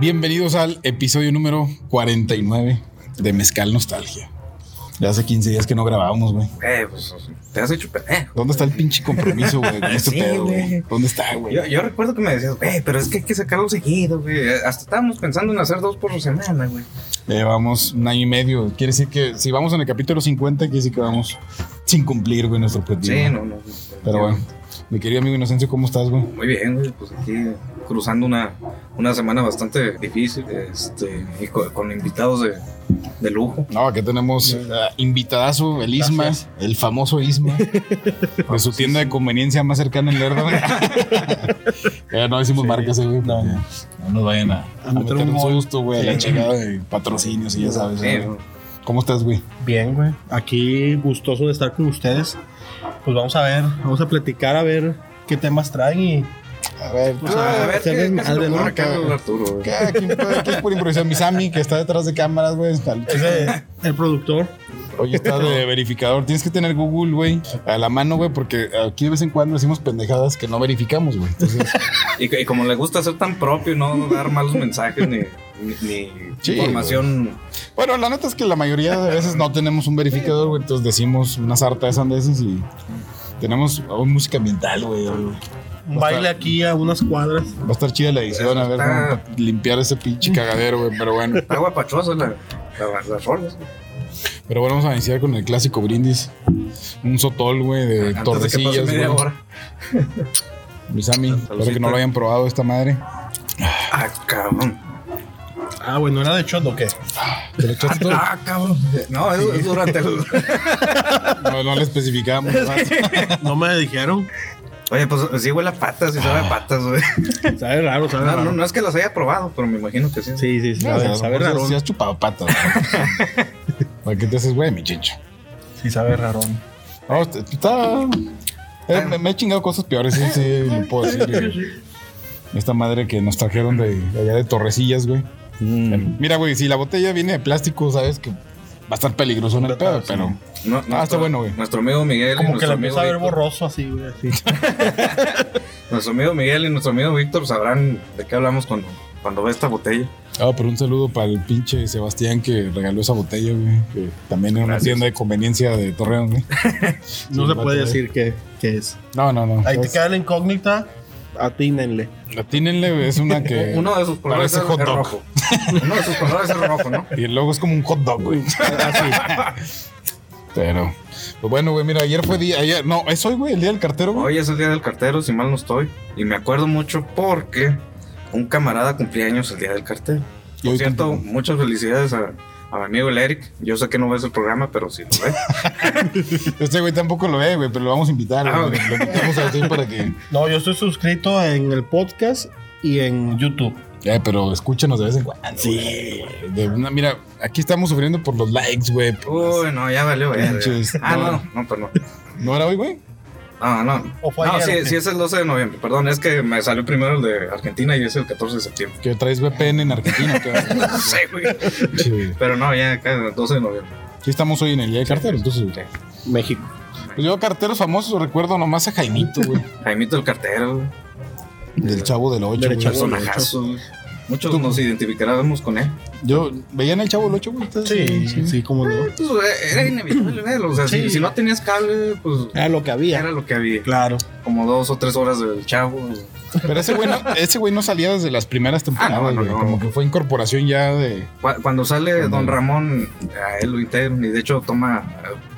Bienvenidos al episodio número 49 de Mezcal Nostalgia. Ya hace 15 días que no grabábamos, güey. Eh, pues, te has hecho pendejo. ¿Dónde está el pinche compromiso, güey? con este Sí, pedo, güey? güey. ¿Dónde está, güey? Yo, yo recuerdo que me decías, güey, pero es que hay que sacarlo seguido, güey. Hasta estábamos pensando en hacer dos por semana, güey. Ya Llevamos Eh, un año y medio. Quiere decir que si vamos en el capítulo 50, quiere decir que vamos sin cumplir, güey, nuestro objetivo. Sí, no, no. güey. Pero bueno, mi querido amigo Inocencio, ¿cómo estás, güey? Muy bien, güey, pues aquí cruzando una, una semana bastante difícil, este, y co- con, invitados de, de lujo. No, aquí tenemos ah, invitadazo, el Isma, Gracias. el famoso Isma, de su tienda de conveniencia más cercana en Lerdo. güey. Ya no decimos Sí. marcas, eh, güey. No, No. no nos vayan a, a meter meter un un gol. susto, güey, a la Sí. chingada de patrocinios y ya sabes. Sí, güey. ¿Cómo estás, güey? Bien, güey. Aquí gustoso de estar con ustedes. Pues vamos a ver, vamos a platicar a ver qué temas traen y A ver, pues, a- a ver, ¿qué, hacerle qué se madre, le ¿no? ocurre a Carlos Arturo, güey? aquí, aquí es por improvisar. Mi Sammy, que está detrás de cámaras, güey. está- ese, el productor. Oye, está de verificador. Tienes que tener Google, güey, a la mano, güey, porque aquí de vez en cuando decimos pendejadas que no verificamos, güey. Entonces, Y, que- y como le gusta ser tan propio y no dar malos mensajes ni, ni, ni Sí, información. Bueno, la neta es que la mayoría de veces no tenemos un verificador, güey. Entonces decimos unas hartas de sandeces y tenemos aún música ambiental, güey. Va Un baile aquí a unas cuadras. a estar chida la edición, a ver, Está- cómo pa- limpiar ese pinche cagadero, güey. Pero bueno, Está guapachosa la, la- las rolas. güey. pero bueno, vamos a iniciar con el clásico brindis. Un sotol, güey, de Antes de que pase torrecillas, media güey. hora. Misami, espero que no lo hayan probado esta madre. Ah, cabrón. Ah, güey, ¿no era de shot o qué? ¿Te lo echaste todo? Ah, cabrón. No, es, es durante el. No, no le especificamos. ¿verdad? No me dijeron. Oye, pues sí huele a patas y sabe a patas, güey. Sabe raro, sabe No, raro. no, no es que las haya probado, pero me imagino que sí. Sí, sí, sí, No, o sabe, sea, sabe o sea, raro. Si has chupado patas. güey. ¿Para qué te haces, güey, mi chincho? Sí, sabe raro. No, está- está- eh, me, me he chingado cosas peores, sí, sí, lo puedo decir. güey. Esta madre que nos trajeron de, de allá de Torrecillas, güey. Mira, güey, si la botella viene de plástico, sabes que va a estar peligroso en el pedo, Claro, sí. pero. No, Ah, está bueno, güey. Nuestro amigo Miguel. y Como que nuestro la amigo empieza a ver Víctor- borroso así, güey. Así. Nuestro amigo Miguel y nuestro amigo Víctor sabrán de qué hablamos cuando, cuando ve esta botella. Ah, pero un saludo para el pinche Sebastián que regaló esa botella, güey. Que también era una Gracias. tienda de conveniencia de Torreón, güey. No Sí, se va a puede traer. decir qué, qué es. No, no, no. Ahí te Es- queda la incógnita. Atínenle. Atínenle, güey, es una que. Uno de sus colores Eh, Parece es, hot es dog. rojo. Uno de sus colores es rojo, ¿no? Y el logo es como un hot dog, güey. Así. Pero. Pues bueno, güey, mira, ayer fue día. Ayer, no, es hoy, güey, el día del cartero, güey. Hoy es el día del cartero, si mal no estoy. Y me acuerdo mucho porque un camarada cumplía años el día del cartero. Y Por hoy cierto, cumple- muchas felicidades a, a mi amigo el Eric. Yo sé que no ves el programa, pero si lo ves. Este güey tampoco lo ve, güey, pero lo vamos a invitar. Ah, güey. Lo invitamos a decir para que. No, yo estoy suscrito en el podcast y en YouTube. Eh, pero escúchanos de vez en cuando. Sí, güey. De una- Mira, aquí estamos sufriendo por los likes, güey. por Uy, no, ya valió. verga. Pinches, Ah, no. pues, no, no, perdón. las- ¿No era hoy, güey? No, no. O fue no, ayer. sí, sí es el 12 de noviembre. Perdón, es que me salió primero el de Argentina y es el 14 de septiembre. Que traes VPN en Argentina. ¿qué? No sé, güey. Sí, güey. Pero no, ya acá el 12 de noviembre. Aquí estamos hoy en el día del cartero, entonces. güey. México. Pues yo, carteros famosos, recuerdo nomás a Jaimito, güey. Jaimito el cartero, güey. Del chavo del 8. Del Chavo del personajazo. güey. Muchos nos identificaríamos con él. Yo, ¿veían el chavo del 8, güey? ustedes? Sí, sí, como no. Pues eh, era inevitable verlo. O sea, si, Sí. Ah, si no tenías cable, pues Era lo que había. era lo que había. Claro. Como dos o tres horas del chavo. güey. Pero ese güey, no, ese güey no salía desde las primeras temporadas, Ah, no, no, güey. no. Como que fue incorporación ya de. Cu- Cuando sale Cuando- Don Ramón, a él lo interno y de hecho toma,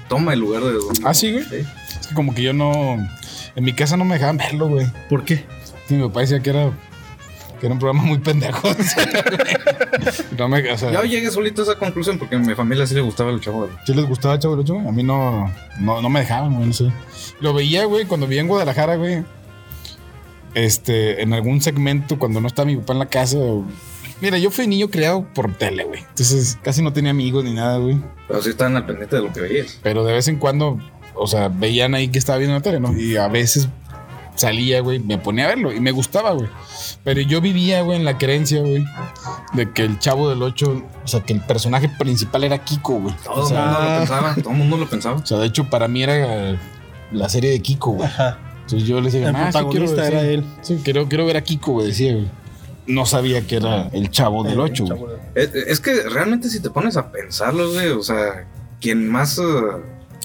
toma el lugar de Don Ah, sí, güey. Sí. Es que como que yo no. En mi casa no me dejaban verlo, güey. ¿Por qué? Sí, mi papá decía que era, que era un programa muy pendejo. o sea, no me, o sea, Yo llegué solito a esa conclusión porque a mi familia sí le gustaba el chavo. güey. ¿sí les gustaba Chavo del Ocho? güey? A mí no, no, no me dejaban, güey, no sé. Lo veía, güey, cuando vivía en Guadalajara, güey. Este, en algún segmento, cuando no estaba mi papá en la casa. o- Mira, yo fui niño criado por tele, güey. Entonces, casi no tenía amigos ni nada, güey. Pero sí estaban al pendiente de lo que veías. Pero de vez en cuando, o sea, veían ahí que estaba viendo la tele, ¿no? Y a veces salía, güey, me ponía a verlo y me gustaba, güey. Pero yo vivía, güey, en la creencia, güey, de que el chavo del 8, o sea, que el personaje principal era Kiko, güey. Todo O el sea, mundo lo pensaba, todo el mundo lo pensaba. o sea, de hecho, para mí era la serie de Kiko, güey. Ajá. Entonces yo le decía, El ah, sí quiero, protagonista sí, era él. sí, quiero, quiero ver a Kiko, güey, decía, güey. no sabía que era el chavo del 8, güey. Es, Eh, es que realmente si te pones a pensarlo, güey, o sea, quien más eh,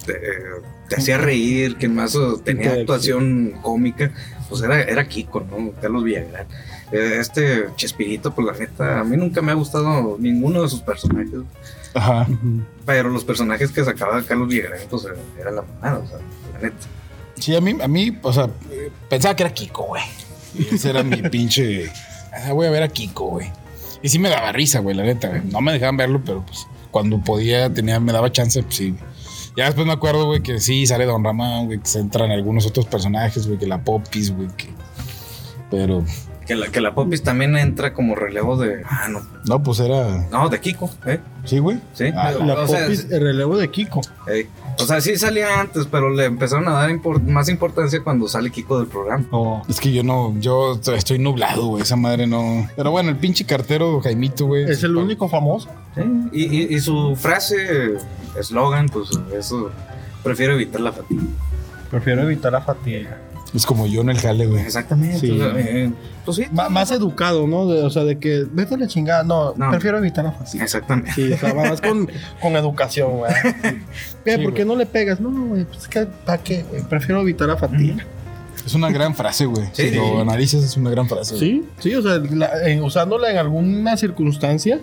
te, eh, te hacía reír, quien más eh, tenía Interacción. actuación cómica, pues era, era Kiko, ¿no? Carlos Villagrán. Eh, Este Chespirito, pues la neta, a mí nunca me ha gustado ninguno de sus personajes, Ajá. pero los personajes que sacaba Carlos Villagrán, pues eh, era la mamada, o sea, la neta. Sí, a mí, a mí, o sea, pensaba que era Kiko, güey. Y Ese era mi pinche. "Ah, voy a ver a Kiko, güey. Y sí me daba risa, güey, la neta. güey. No me dejaban verlo, pero pues cuando podía, tenía, me daba chance, pues sí. Ya después me acuerdo, güey, que sí sale Don Ramón, güey, que se entran algunos otros personajes, güey, que la Popis, güey, que. Pero. Que la, que la Popis también entra como relevo de. Ah, no. No, pues era. No, de Kiko, ¿eh? Sí, güey. Sí. Ah, La O sea, popis, el relevo de Kiko. Ey. O sea, sí salía antes, pero le empezaron a dar impor- más importancia cuando sale Kiko del programa. Es que yo no, yo estoy nublado, güey. Esa madre no. Pero bueno, el pinche cartero Jaimito, güey. Es el pa- único famoso. Sí, Y, y- y su frase, eslogan, pues eso, prefiero evitar la fatiga. Prefiero evitar la fatiga. Es como yo en el jale, güey. Exactamente. Sí. o sea, eh, pues sí. Ma- más educado, ¿no? De- o sea, de que vete a la chingada. No, No. prefiero evitar la fatiga. Exactamente. Sí, o sea, más con, con educación, güey. Ve, Sí, ¿Por güey. qué no le pegas? No, güey, pues es que, ¿para qué? güey? Prefiero evitar la fatiga. Es una gran frase, güey. Sí. Si lo analizas, es una gran frase. güey. Sí, sí, o sea, la- en- usándola en alguna circunstancia,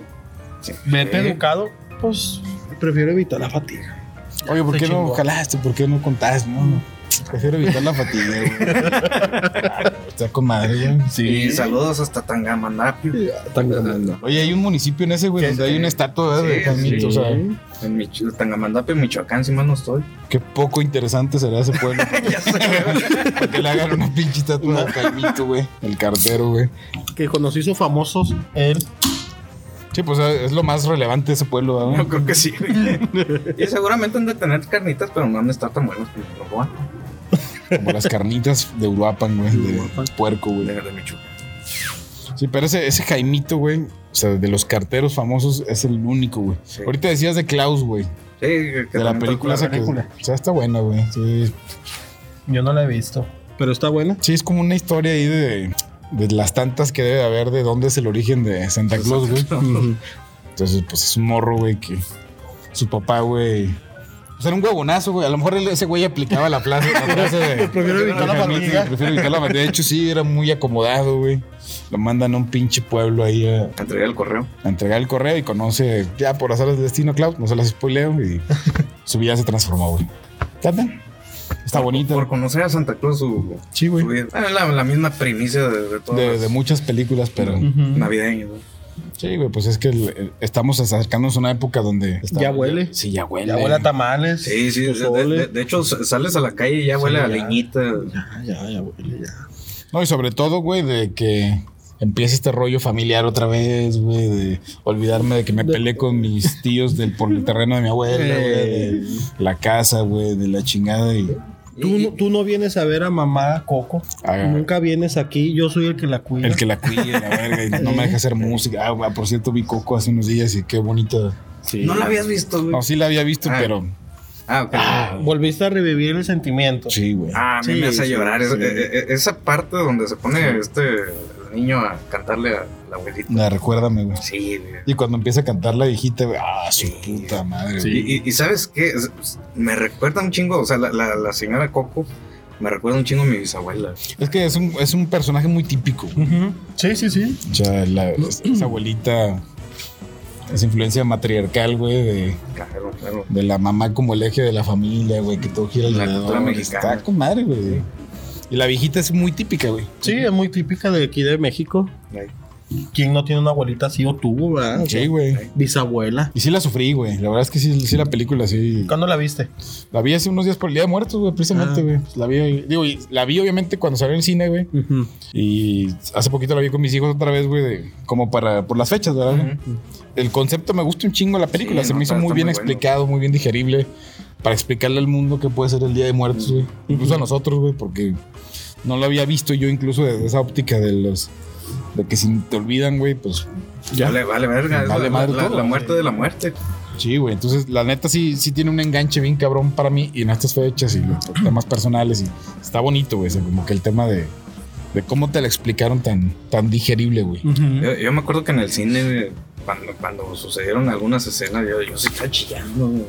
vete Sí. educado, pues prefiero evitar la fatiga. Oye, ¿por Se qué no chingó. jalaste? ¿Por qué no contaste? No, prefiero evitar la fatiga, güey. Está con madre, güey. Y saludos hasta Tangamandapio, Oye, hay un municipio en ese, güey, Sí, donde sí. hay una estatua ¿verdad? de Sí, Jaimito. O sea, en Mich- Tangamandapio, Michoacán, si mal no estoy. qué poco interesante será ese pueblo. ya sé. para que le hagan una pinche estatua de Jaimito, güey. El cartero, güey. Que cuando se hizo famosos, él. Sí, pues es lo más relevante de ese pueblo, ¿verdad, Yo güey. creo que sí. y seguramente han de tener carnitas, pero no han de estar tan pues, buenos como los guanos Como las carnitas de Uruapan, güey. De Uruapan. puerco, güey. de, de Michoacán. Sí, pero ese, ese Jaimito, güey. O sea, de los carteros famosos es el único, güey. Sí. Ahorita decías de Klaus, güey. Sí, que De la también película esa que. película. O sea, está buena, güey. Sí. Yo no la he visto. Pero está buena. Sí, es como una historia ahí de, de las tantas que debe de haber de dónde es el origen de Santa Claus, güey. Entonces, pues es un morro, güey, que su papá, güey. Pues era un huevonazo, güey. A lo mejor él- ese güey aplicaba la plaza. La frase de, Prefiero evitar la fatiga. Prefiero evitar la fatiga. De hecho, sí, era muy acomodado, güey. Lo mandan a un pinche pueblo ahí a, Entregué el correo. a entregar el correo y conoce ya por azar del destino a Klaus. No se las spoileo y su vida se transformó, güey. Está bien. Está bonita. Por conocer a Santa Claus, su, Sí, güey. su vida. Ah, La, la misma primicia de, de todas de, las de muchas películas, pero navideñas. ¿no? sí, güey, pues es que el- el- estamos acercándonos a una época donde está- Ya huele. Sí, ya huele. Ya huele a tamales. eh. Sí, sí. De, de- de- de hecho, s- sales a la calle y ya huele a ya. leñita. Ya, ya, ya huele, ya. No, y sobre todo, güey, de que empieza este rollo familiar otra vez, güey, de olvidarme de que me peleé con mis tíos del por el terreno de mi abuela, güey, de la casa, güey, de la chingada y Tú, no- tú no vienes a ver a mamá Coco. Ah. Nunca vienes aquí. Yo soy el que la cuida. el que la cuide, la verga, y no me deja hacer música. Ah, güey, por cierto, vi Coco hace unos días y qué bonita. Sí. No la habías visto, güey. No, sí la había visto, Ah. pero Ah, ok. Volviste a revivir el sentimiento. sí, güey. Ah, a mí Sí, me hace sí, llorar. Es- sí. e- e- esa parte donde se pone este el niño a cantarle a la abuelita. La recuérdame, güey. Sí, güey. Y cuando empieza a cantar la viejita, güey, ah, su puta madre. Sí. güey. Y, y- y sabes qué? Es- es- Me recuerda un chingo. O sea, la, la- la señora Coco me recuerda un chingo a mi bisabuela. Es que es un, es un personaje muy típico. güey. Ujú. Sí, sí, sí. O sea, la- esa abuelita, esa influencia matriarcal, güey, de, Claro, claro. de la mamá como el eje de la familia, güey, que todo gira La alrededor. cultura La mexicana. Está con madre, güey. Y la viejita es muy típica, güey. Sí, es muy típica de aquí de México. Ahí. ¿Quién no tiene una abuelita así o tuvo, verdad? Sí, güey. Bisabuela. Y sí la sufrí, güey. La verdad es que sí, sí la película, sí. ¿Cuándo la viste? La vi hace unos días por el Día de Muertos, güey, precisamente, Ah. güey. Pues La vi, digo, y la vi obviamente cuando salió en el cine, güey. Y hace poquito la vi con mis hijos otra vez, güey, de- como para por las fechas, ¿verdad? güey? El concepto me gusta un chingo la película, Sí, se no, me hizo está- muy está bien muy bueno. explicado, muy bien digerible para explicarle al mundo qué puede ser el Día de Muertos, güey. Incluso a nosotros, güey, porque no lo había visto yo incluso desde esa óptica de los de que si te olvidan, güey, pues ya. Vale, vale, verga. es Vale la, madre la- la todo. muerte de la muerte. Sí, güey. Entonces, la neta sí, sí tiene un enganche bien cabrón para mí y en estas fechas y los temas personales. Y está bonito, güey. o sea, como que el tema de, de cómo te la explicaron tan, tan digerible, güey. Ujú. Yo, yo me acuerdo que en el cine, cuando, cuando sucedieron algunas escenas, yo, yo sí estaba chillando. güey.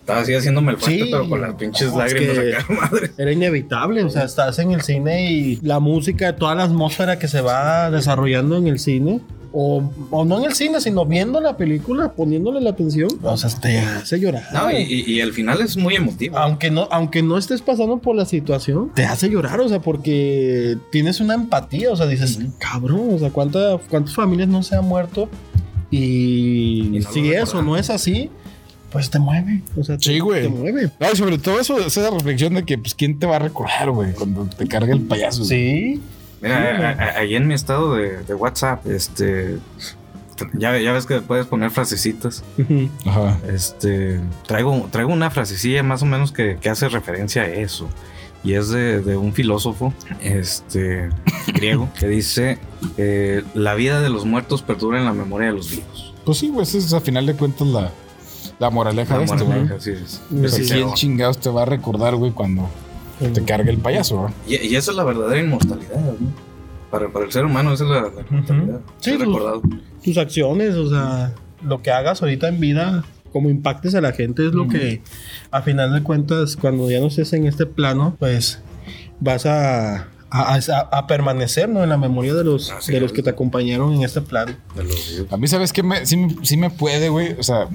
Estaba así haciéndome el fuerte, Sí. pero con las pinches No, es lágrimas que- acá, madre. Era inevitable, o sea, estás en el cine y la música, toda la atmósfera que se va desarrollando en el cine, o, o no en el cine, sino viendo la película, poniéndole la atención, o sea, te hace llorar. No, y, y, y el final es muy emotivo. aunque no, aunque no estés pasando por la situación, te hace llorar, o sea, porque tienes una empatía, o sea, dices, cabrón, o sea, ¿cuánta, ¿cuántas familias no se han muerto? Y, Y no lo si eso recordaron. no es así, pues te mueve, o sea, te, Sí, güey. te mueve. No, y sobre todo eso, esa reflexión de que, pues, ¿quién te va a recordar, güey? Cuando te carga el payaso. güey? Sí, Mira, a- a- ahí en mi estado de, de WhatsApp, este. Ya, ya ves que puedes poner frasecitas. Ajá. Este. Traigo, traigo una frasecilla más o menos que, que hace referencia a eso. Y es de, de un filósofo este, griego que dice: eh, La vida de los muertos perdura en la memoria de los vivos. Pues sí, güey, esa es a final de cuentas la, la moraleja La de esto, güey. moraleja, así es. O sea, Sí, sí. ¿Quién chingados te va a recordar, güey, cuando te carga el payaso, güey? Y, y esa es la verdadera inmortalidad, ¿no? Para, para el ser humano, esa es la, la inmortalidad. Sí, Ser pues. recordado. tus acciones, o sea, lo que hagas ahorita en vida, como impactes a la gente, es lo que a final de cuentas, cuando ya no estés en este plano, pues vas a, a- a- a permanecer ¿no? en la memoria de los, Así de los es. que te acompañaron en este plano. De los vivos. A mí, ¿sabes qué? Me, sí, me- sí me puede, güey. O sea,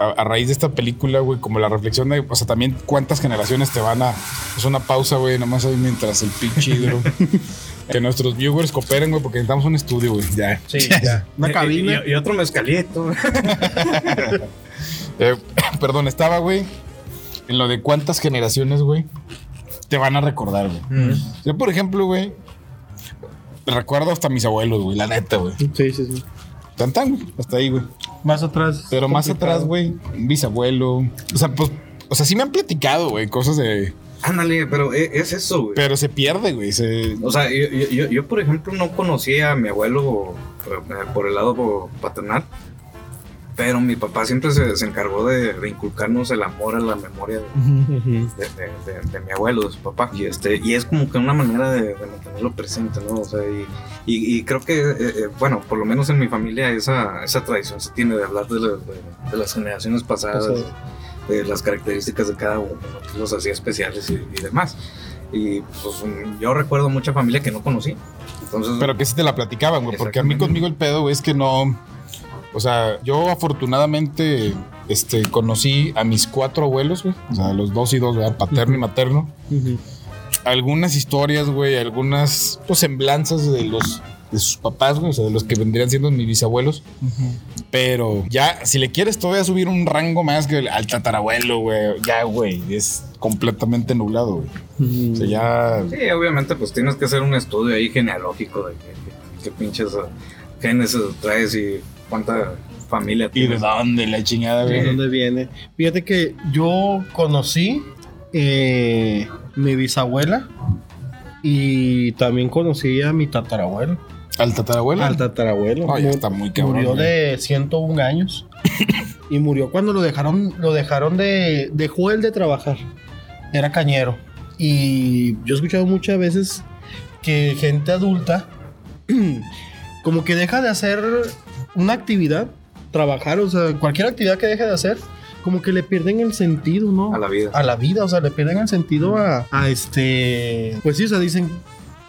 a, a raíz de esta película, güey, como la reflexión de, o sea, también cuántas generaciones te van a. Es una pausa, güey, nomás ahí mientras el pinche hidro. que nuestros viewers cooperen, güey, porque necesitamos un estudio, güey. Ya. Sí, ya. Una Y- cabina. Y, y otro mezcalito. Eh, perdón, estaba, güey, en lo de cuántas generaciones, güey, te van a recordar, güey. Yo, por ejemplo, güey, recuerdo hasta mis abuelos, güey, la neta, güey. Sí, sí, sí. Tan tan, güey, hasta ahí, güey. Más atrás. Pero más complicado. atrás, güey, un bisabuelo. O sea, pues, o sea, sí me han platicado, güey, cosas de. Ándale, pero e- es eso, güey. Pero se pierde, güey. se- O sea, yo, yo- yo- yo, por ejemplo, no conocía a mi abuelo eh, por el lado paternal, pero mi papá siempre se, se encargó de, de inculcarnos el amor a la memoria de, Ujú. de- de- de- de mi abuelo, de su papá. Y, este, y es como que una manera de, de mantenerlo presente, ¿no? O sea, y, y- y creo que, eh, eh, bueno, por lo menos en mi familia esa, esa tradición se tiene de hablar de, la- de- de las generaciones pasadas, Pues Pasadas. de las características de cada uno, ¿no? que los hacía especiales y, y demás. Y pues mm, yo recuerdo mucha familia que no conocí. Entonces, Pero que sí te la platicaban, güey. Porque a mí Exactamente. conmigo el pedo, güey, es que no. O sea, yo afortunadamente este, conocí a mis cuatro abuelos, güey. O sea, los dos y dos, ¿verdad? Paterno y materno. Ujú. Algunas historias, güey, algunas pues, semblanzas de los de sus papás, güey, o sea, de los que vendrían siendo mis bisabuelos. Pero ya, si le quieres todavía subir un rango más que el- al tatarabuelo, güey, ya, güey, es completamente nublado, güey. O sea, ya sí, obviamente, pues tienes que hacer un estudio ahí genealógico de qué, qué pinches eh, genes eh, traes y cuánta familia ¿Y de tienes. dónde la chingada, ¿De güey? dónde viene? Fíjate que yo conocí eh, mi bisabuela y también conocí a mi tatarabuelo. ¿Al tatarabuelo? Al tatarabuelo. Ay, Mu- está muy cabrón, Murió güey. de 101 años. y murió cuando lo dejaron, lo dejaron de. dejó él de trabajar. Era cañero. Y yo he escuchado muchas veces que gente adulta como que deja de hacer una actividad, trabajar, o sea, cualquier actividad que deje de hacer, como que le pierden el sentido, ¿no? a la vida. a la vida, o sea, le pierden el sentido a, a este. Pues sí, o sea, dicen,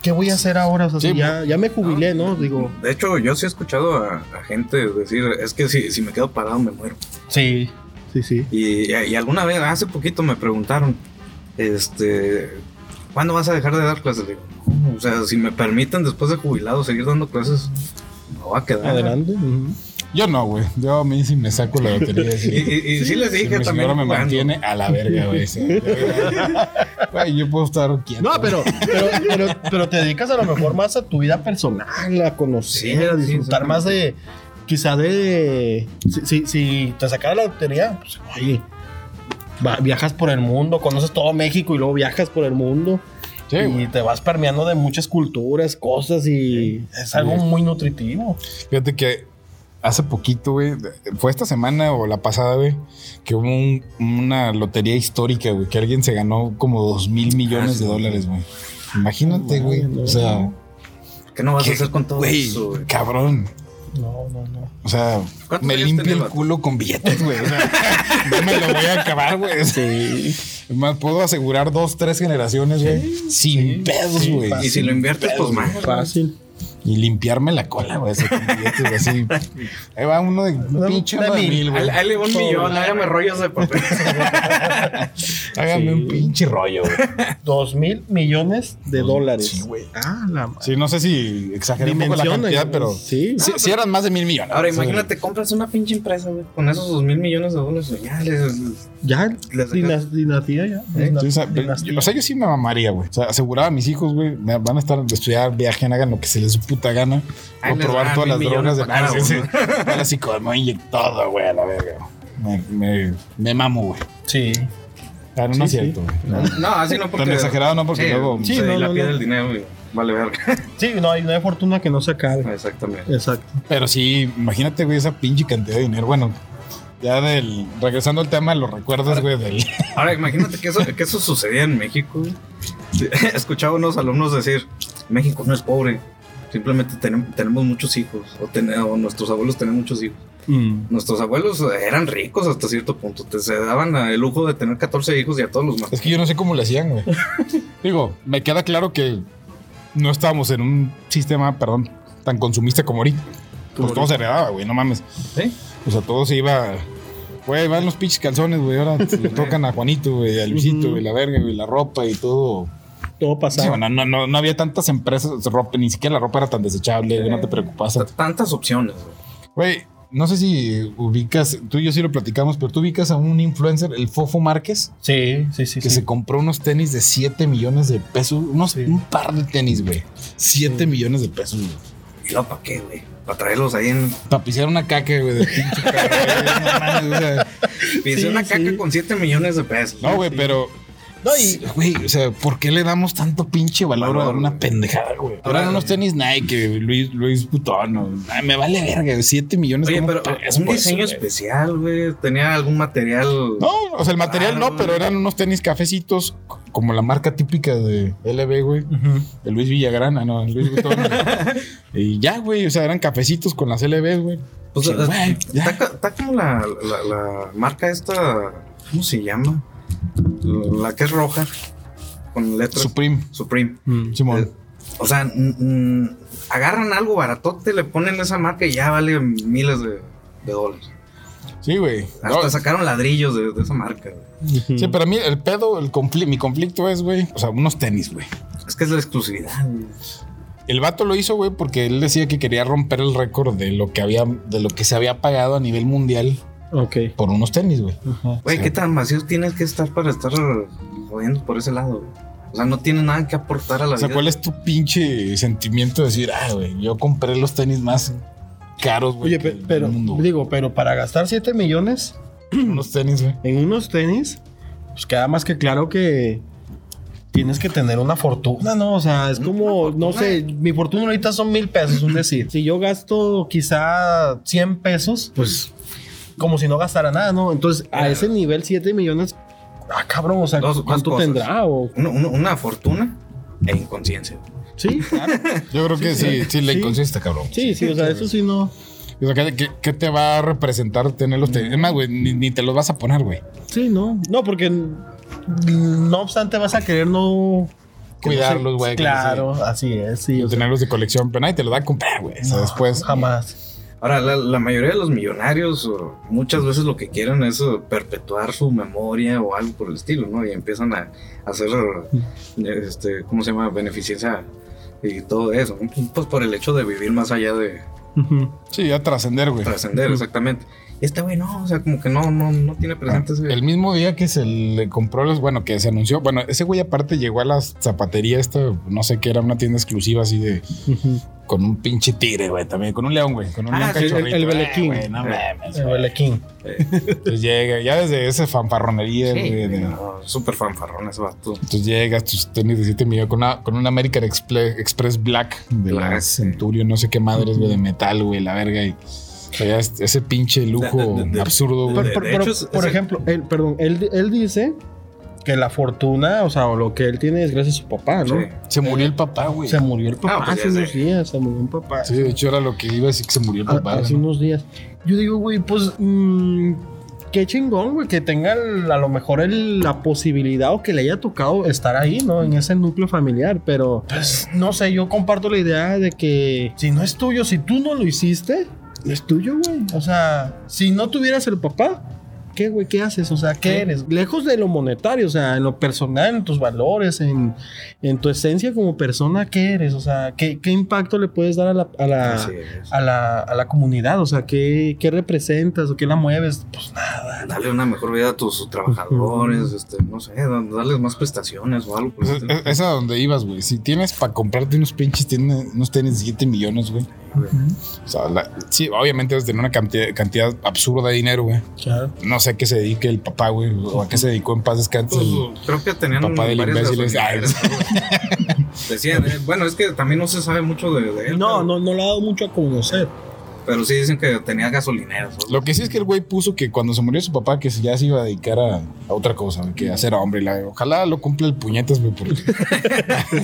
¿qué voy a hacer ahora? O sea, Sí, si ya, ya me jubilé, ¿no? Digo, De hecho, yo sí he escuchado a, a gente decir, es que si, si me quedo parado me muero. sí, sí, sí. Y, y alguna vez, hace poquito me preguntaron, este, ¿cuándo vas a dejar de dar clases? Le digo, "No, o sea, si me permiten después de jubilado seguir dando clases, no va a quedar. Adelante. ujú. Yo no, güey. Yo a mí sí me saco la lotería. Y, sí. y- y sí les Si dije mi también. señora me jugando. mantiene a la verga, güey. sí. Güey, yo puedo estar quieto. No, pero, pero, pero, pero te dedicas a lo mejor más a tu vida personal, a conocer, Sí, a sí, disfrutar exactamente. más de. Quizá de. Si, si, si te sacara la lotería, pues, oye. va- viajas por el mundo, conoces todo México y luego viajas por el mundo. Sí, güey. y te vas permeando de muchas culturas, cosas y es algo Sí. muy nutritivo. Fíjate que hace poquito, güey, fue esta semana o la pasada, güey, que hubo un- una lotería histórica, güey, que alguien se ganó como dos mil millones Ah, sí. de dólares, güey. Imagínate, No, güey. no. O sea, ¿Qué no vas ¿Qué, a hacer con todo güey, eso, güey? cabrón. No, no, no. O sea, ¿Cuántos me años limpio tenía el el vato? culo con billetes, güey. O sea, no me lo voy a acabar, güey. O sea, es más, puedo asegurar dos, tres generaciones, güey. sin sí, pedos, sí, güey. Y si lo inviertes, pues man. Fácil. Y limpiarme la cola, güey. así con billetes, güey, así. Ahí va uno de un Una- pinche una uno de mil. mil, güey. Ahí ahí le va un millón, hágame rollos de papel. Hágame un Sí. pinche rollo, güey. Dos mil millones de dólares. Sí, güey. Ah, la madre. Sí, no sé si exageré un poco la cantidad, pero. Sí, Sí. sí eran más de mil millones. Ahora O sea, imagínate, compras una pinche empresa, güey, con esos dos mil millones de dólares. güey, Ya les, Ya, les- dinas- dinastía ya. ¿Eh? Dina- Sí, o sea, pero- dinastía. o sea, yo sí me mamaría, güey. O sea, aseguraba a mis hijos, güey, me- van a estar de estudiar, viajen, hagan lo que se les su puta gana. Ahí o les probar va, todas mil las drogas millones de pa' cada Ah, sí, sí. uno. Ahora sí, como inyectado, güey, a la verga. Me, me, me mamo, güey. Sí. Ah, no, no es Sí, cierto, güey. No. No, así no porque. Tan exagerado no, porque luego- Sí, Sí, no, no, la no, piedra no. del dinero, y Vale, verga. Sí, no hay, no hay fortuna que no se acabe. Exactamente. Exacto. Pero sí, imagínate, güey, esa pinche cantidad de dinero. Bueno, ya del. Regresando al tema, lo recuerdas, güey, del. Ahora, imagínate que eso, que eso sucedía en México. güey. Sí, Escuchaba a unos alumnos decir: México no es pobre. Simplemente tenem- tenemos muchos hijos. O, ten- o nuestros abuelos tienen muchos hijos. Mm. Nuestros abuelos eran ricos hasta cierto punto. Te, se daban el lujo de tener 14 hijos y a todos los más. Es que yo no sé cómo le hacían, güey. Digo, me queda claro que no estábamos en un sistema, perdón, tan consumista como ahorita. Pues todo se heredaba, güey, no mames. ¿Sí? O sea, todo se iba. Güey, van los pinches calzones, güey. Ahora le tocan a Juanito, güey, a Luisito, Ujú. güey, la verga, güey, la ropa y todo. Todo Sí, pasaba. bueno, no, no, no había tantas empresas, de ropa, ni siquiera la ropa era tan desechable, güey, no te preocupas. T- Tantas opciones. güey. Güey, no sé si ubicas, tú y yo sí lo platicamos, pero tú ubicas a un influencer, el Fofo Márquez, Sí, sí, sí. que sí. se compró unos tenis de 7 millones de pesos, unos, Sí. un par de tenis, güey. 7 Sí. millones de pesos, güey. ¿Y luego para qué, güey? Para traerlos ahí en. Tapiciar una caca, güey, de pinche perro, güey, no mames, o sea, Pisé Sí, una sí. caca con 7 millones de pesos. No, güey, pero. No, y- Güey, o sea, ¿por qué le damos tanto pinche valor, Valor, a una güey. pendejada, güey? Ahora Ahora, unos tenis Nike, güey, Luis, Luis Putón. o- Ay, me vale verga, 7 millones Oye, ¿cómo pero pagas es un por eso, diseño güey? especial, güey. Tenía algún material. No, o sea, el material Claro, no, pero Ah, güey. eran unos tenis cafecitos, c- como la marca típica de LB, güey. De Luis Villagrana, no, Luis Butón. y ya, güey, o sea, eran cafecitos con las LBs, güey. Pues, Sí, eh, güey, ya. está, co- está como la, la- la marca esta. ¿Cómo se llama? La, la que es roja. Con letras. Supreme, Supreme. Simón. Eh, O sea, mm, mm, agarran algo baratote, le ponen esa marca y ya vale miles de, de dólares. Sí, güey. Hasta No, sacaron ladrillos de, de esa marca. güey. Sí, pero a mí el pedo, el confli- mi conflicto es, güey, o sea, unos tenis, güey. Es que es la exclusividad. güey. El vato lo hizo, güey, porque él decía que quería romper el récord de lo que había, de lo que se había pagado a nivel mundial Ok. por unos tenis, güey. Ajá. Güey, Sí. ¿qué tan vacíos tienes que estar para estar jodiendo por ese lado? güey? O sea, no tiene nada que aportar a la O sea, vida. ¿cuál es tu pinche sentimiento de decir, ah, güey, yo compré los tenis más caros, güey, Oye, que pe- del pero, mundo, güey? digo, pero para gastar 7 millones unos tenis, güey. en unos tenis, pues queda más que claro que tienes que tener una fortuna, ¿no? O sea, es como, no sé, mi fortuna ahorita son mil pesos, un decir. Si yo gasto quizá 100 pesos, pues como si no gastara nada, ¿no? Entonces, a ese nivel, 7 millones, ah, cabrón, o sea, Dos- dos ¿cuánto cosas. tendrá? O, Uno- uno- una fortuna e inconsciencia. sí, claro. Yo creo que sí, sí, sí, le sí. inconsiste, cabrón. Sí, sí, o sea, eso sí no. O sea, ¿qué- ¿qué, qué te va a representar tener los tenis? Es más, güey, ni, ni te los vas a poner, güey. Sí, no. No, porque no obstante vas a querer no. que no Cuidarlos, se- güey, que no se- Claro, así es, sí. o sea, Tenerlos de colección, pero nadie te los va a comprar, güey. O sea, no, después. pues, Jamás. Ahora, la, la mayoría de los millonarios o, muchas veces lo que quieren es eh, perpetuar su memoria o algo por el estilo, ¿no? Y empiezan a, a hacer, eh, este, ¿cómo se llama? Beneficencia y todo eso. ¿no? Pues por el hecho de vivir más allá de Sí, a trascender, güey. trascender, Ujú. exactamente. Y este güey no, o sea, como que no, no, no tiene presente ese... Ah, El mismo día que se le compró los, bueno, que se anunció, bueno, ese güey aparte llegó a la zapatería esta, no sé qué, era una tienda exclusiva así de, con un pinche tigre, güey, también, con un león, güey, con un Ah, león sí, el- cachorrito. el Belequín. Eh, güey, no mames, El güey. Belequín. Entonces llega, ya desde esa fanfarronería, Sí, güey, de- no, Ah, súper fanfarrón ese vato. entonces llegas, tus tenis de 7 millones, con una, con un American Exple- Express Black de la Black, sí. Centurion, no sé qué madres, güey, de metal, güey, la verga, y... o sea, ya es- ese pinche lujo De- de- de- de- absurdo, de- güey. de- Por, por- hecho, por es- es el- ejemplo, él, perdón, él, él dice que la fortuna, o sea, o lo que él tiene es gracias a su papá, Ah, ¿no? Sí. Se murió el papá, güey. Se murió el papá Ah, pues ya hace unos sé. días, se murió un papá. Sí, de hecho era lo que iba a decir que se murió el A- papá. Ah, hace ¿no? unos días. Yo digo, güey, pues mm, qué chingón, güey, que tenga el- a lo mejor el- la posibilidad o que le haya tocado estar ahí, ¿no? En ese núcleo familiar, pero pues, no sé, yo comparto la idea de que si no es tuyo, si tú no lo hiciste, no es tuyo, güey. O sea, si no tuvieras el papá. ¿Qué, güey? ¿Qué haces? O sea, ¿qué eres? Lejos de lo monetario, o sea, en lo personal, en tus valores, en, en tu esencia como persona, ¿qué eres? O sea, ¿qué, qué impacto le puedes dar a la, a la- Así es. a la, a la comunidad? O sea, ¿qué, qué representas o qué la mueves? Pues nada. Darle una mejor vida a tus trabajadores, este, no sé, da- darles más prestaciones o algo. por el Pues, estilo. es- es a donde ibas, güey. Si tienes para comprarte unos pinches, tienes, unos tenis de 7 millones, güey. O sea, la- sí, obviamente debes tener una cantidad, cantidad absurda de dinero, güey. Claro. No sé a qué se dedique el papá, güey. O a qué se dedicó en paz descanse. Pues, creo que tenían papá del varias imbécil es- gasolineras, ¿no? Decían, eh, bueno, es que también no se sabe mucho de, de él. No, pero, no, no lo ha dado mucho a conocer. Pero sí dicen que tenía gasolineras. ¿no? Lo que sí es que el güey puso que cuando se murió su papá, que ya se iba a dedicar a, a otra cosa, güey, que a ser hombre. y la- ojalá lo cumpla el puñetas, güey. porque-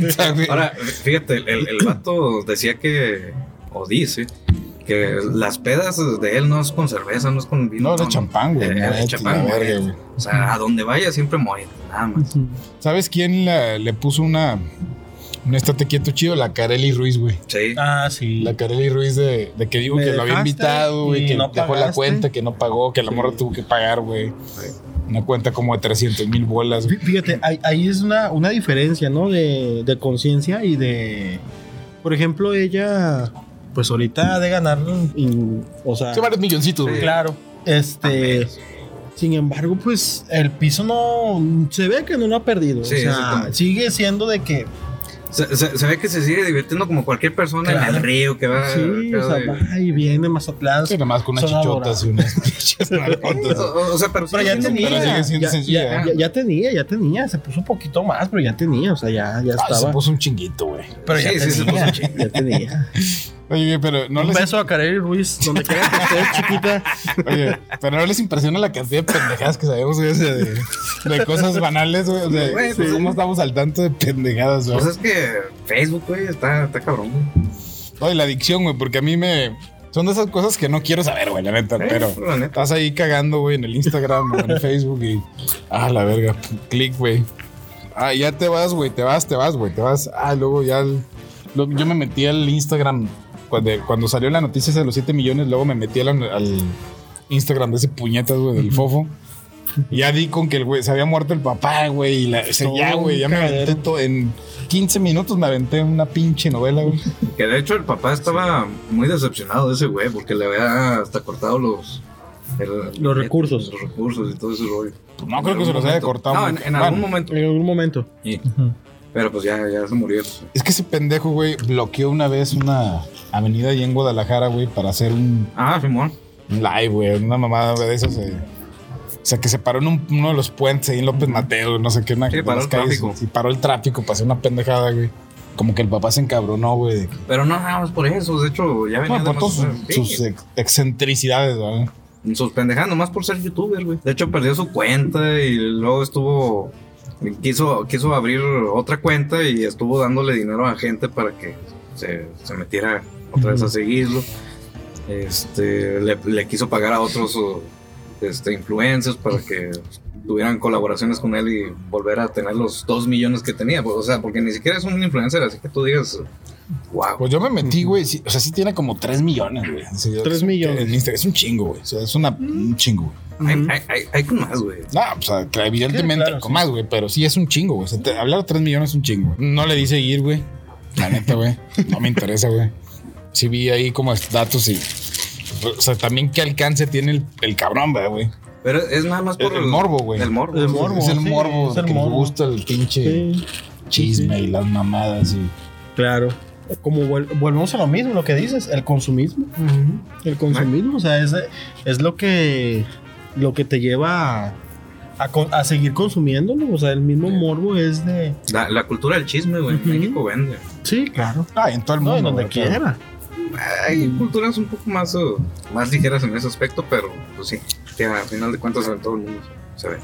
O sea, güey, Ahora, fíjate, el, el vato decía que, o dice, que las pedas de él no es con cerveza, no es con vino. no, era champán, güey. Eh, nada, era este, champán, la verga, güey. güey. O sea, a donde vaya siempre muere, nada más. ¿Sabes quién la- le puso una. Un estate quieto chido? La Carelli Ruiz, güey. Sí. Ah, sí. La Carelli Ruiz de, de que digo Me que lo había dejaste invitado, güey, y que no dejó la pagaste. cuenta, que no pagó, que la morra tuvo que pagar, güey. Una cuenta como de 300 mil bolas, Fí- güey. Fíjate, ahí, ahí es una, una diferencia, ¿no? De, de conciencia y de. Por ejemplo, ella, pues ahorita ha de ganar. y- o sea, Sí, varios milloncitos, güey. Sí. claro. Este. Sin embargo, pues el piso no. Se ve que no lo ha perdido. Sí, o sea, exactamente. sigue siendo de que Se, se- se ve que se sigue divirtiendo como cualquier persona en Claro. el río que va. Sí, que o va sea, de- va y viene Mazatlán. Sí, nada más con unas Son chichotas y unas pinches nalgotas. O- o sea, pero, Pues Pero sigue ya siendo- tenía. pero sigue siendo ya, sencilla, ya- ya- ya tenía, ya tenía. Se puso un poquito más, pero ya tenía. O sea, ya, ya Ah, se estaba. puso un chinguito, güey. Pero ya Sí, sí, se puso tenía. un chingo. ya tenía. Oye, güey, pero no un les, beso a Karel Ruiz, donde quiera que estés, chiquita. oye, pero no les impresiona la cantidad de pendejadas que sabemos, güey, o sea, de, de cosas banales, güey. O sea, Güey, pues, cómo estamos al tanto de pendejadas, güey. Pues es que Facebook, güey, está, está cabrón. güey. Oye, la adicción, güey, porque a mí me. Son de esas cosas que no quiero saber, güey, la neta, Eh, pero. la neta. Estás ahí cagando, güey, en el Instagram o en el Facebook y. Ah, la verga. Clic, güey. Ah, ya te vas, güey. Te vas, te vas, güey. Te vas. Ah, luego ya. el- lo- yo me metí al Instagram. Cuando, cuando salió la noticia esa de los 7 millones, luego me metí al, al Instagram de ese puñetas, güey, del fofo. Y Ya di con que el güey se había muerto el papá, güey. Y la, o sea, Todo ya, un güey, ya me cagadero. aventé todo. En 15 minutos me aventé una pinche novela, güey. Que de hecho el papá estaba muy decepcionado de ese güey porque le había hasta cortado los... el- Los recursos. Los recursos y todo ese rollo. Pues No creo que se los haya cortado. No, en, güey. en algún Bueno, momento. En algún momento. Sí. Pero pues ya, ya se murió. Es que ese pendejo, güey, bloqueó una vez una avenida ahí en Guadalajara, güey, para hacer un Ah, Simón. un live, güey, una mamada de esas. eh. O sea, que se paró en un- uno de los puentes ahí en López Mateo, no sé qué, una Sí, de paró las el tráfico. Sí, paró el tráfico para hacer una pendejada, güey. Como que el papá se encabronó, güey. de que- Pero no nada más por eso. De hecho, ya venía Bueno, por de todas más- sus, sí, sus ex- excentricidades, güey. sus pendejadas, nomás por ser youtuber, güey. De hecho, perdió su cuenta y luego estuvo... Quiso, quiso abrir otra cuenta y estuvo dándole dinero a gente para que se, se metiera otra vez a Ujú. seguirlo. Este, le, le quiso pagar a otros o, este, influencers para que tuvieran colaboraciones con él y volver a tener los 2 millones que tenía. O sea, porque ni siquiera es un influencer, así que tú digas, wow. Pues yo me metí, güey. sí, o sea, sí tiene como 3 millones, güey. Sí, Tres es un- millones. en Instagram, es un chingo, güey. O sea, es una, un chingo, güey. Hay, Ujú. hay- hay- hay con más, güey. No, o sea, que evidentemente claro, con sí. más, güey, pero sí es un chingo, güey. O sea, te- hablar de 3 millones es un chingo. güey. No le di seguir, güey. La neta, güey. No me interesa, güey. Sí vi ahí como datos y. O sea, también qué alcance tiene el, el cabrón, ¿verdad, güey. Pero es nada más por El- el morbo, güey. El morbo. El morbo. es el sí, morbo, es el que le morbo. gusta el pinche Sí. chisme Sí, sí. y las mamadas y. Claro. Como vuel- volvemos a lo mismo, lo que dices, el consumismo. El consumismo, o sea, es, es lo que lo que te lleva a, a con- a seguir consumiéndolo. O sea, el mismo Sí. morbo es de. La, la cultura del chisme, güey. en Ujú. México vende. Sí, claro. Ah, en todo el No, mundo. en donde güey, pero- quiera. Hay culturas un poco más, eh, más ligeras en ese aspecto, pero pues sí, que al final de cuentas en todo el mundo se ve.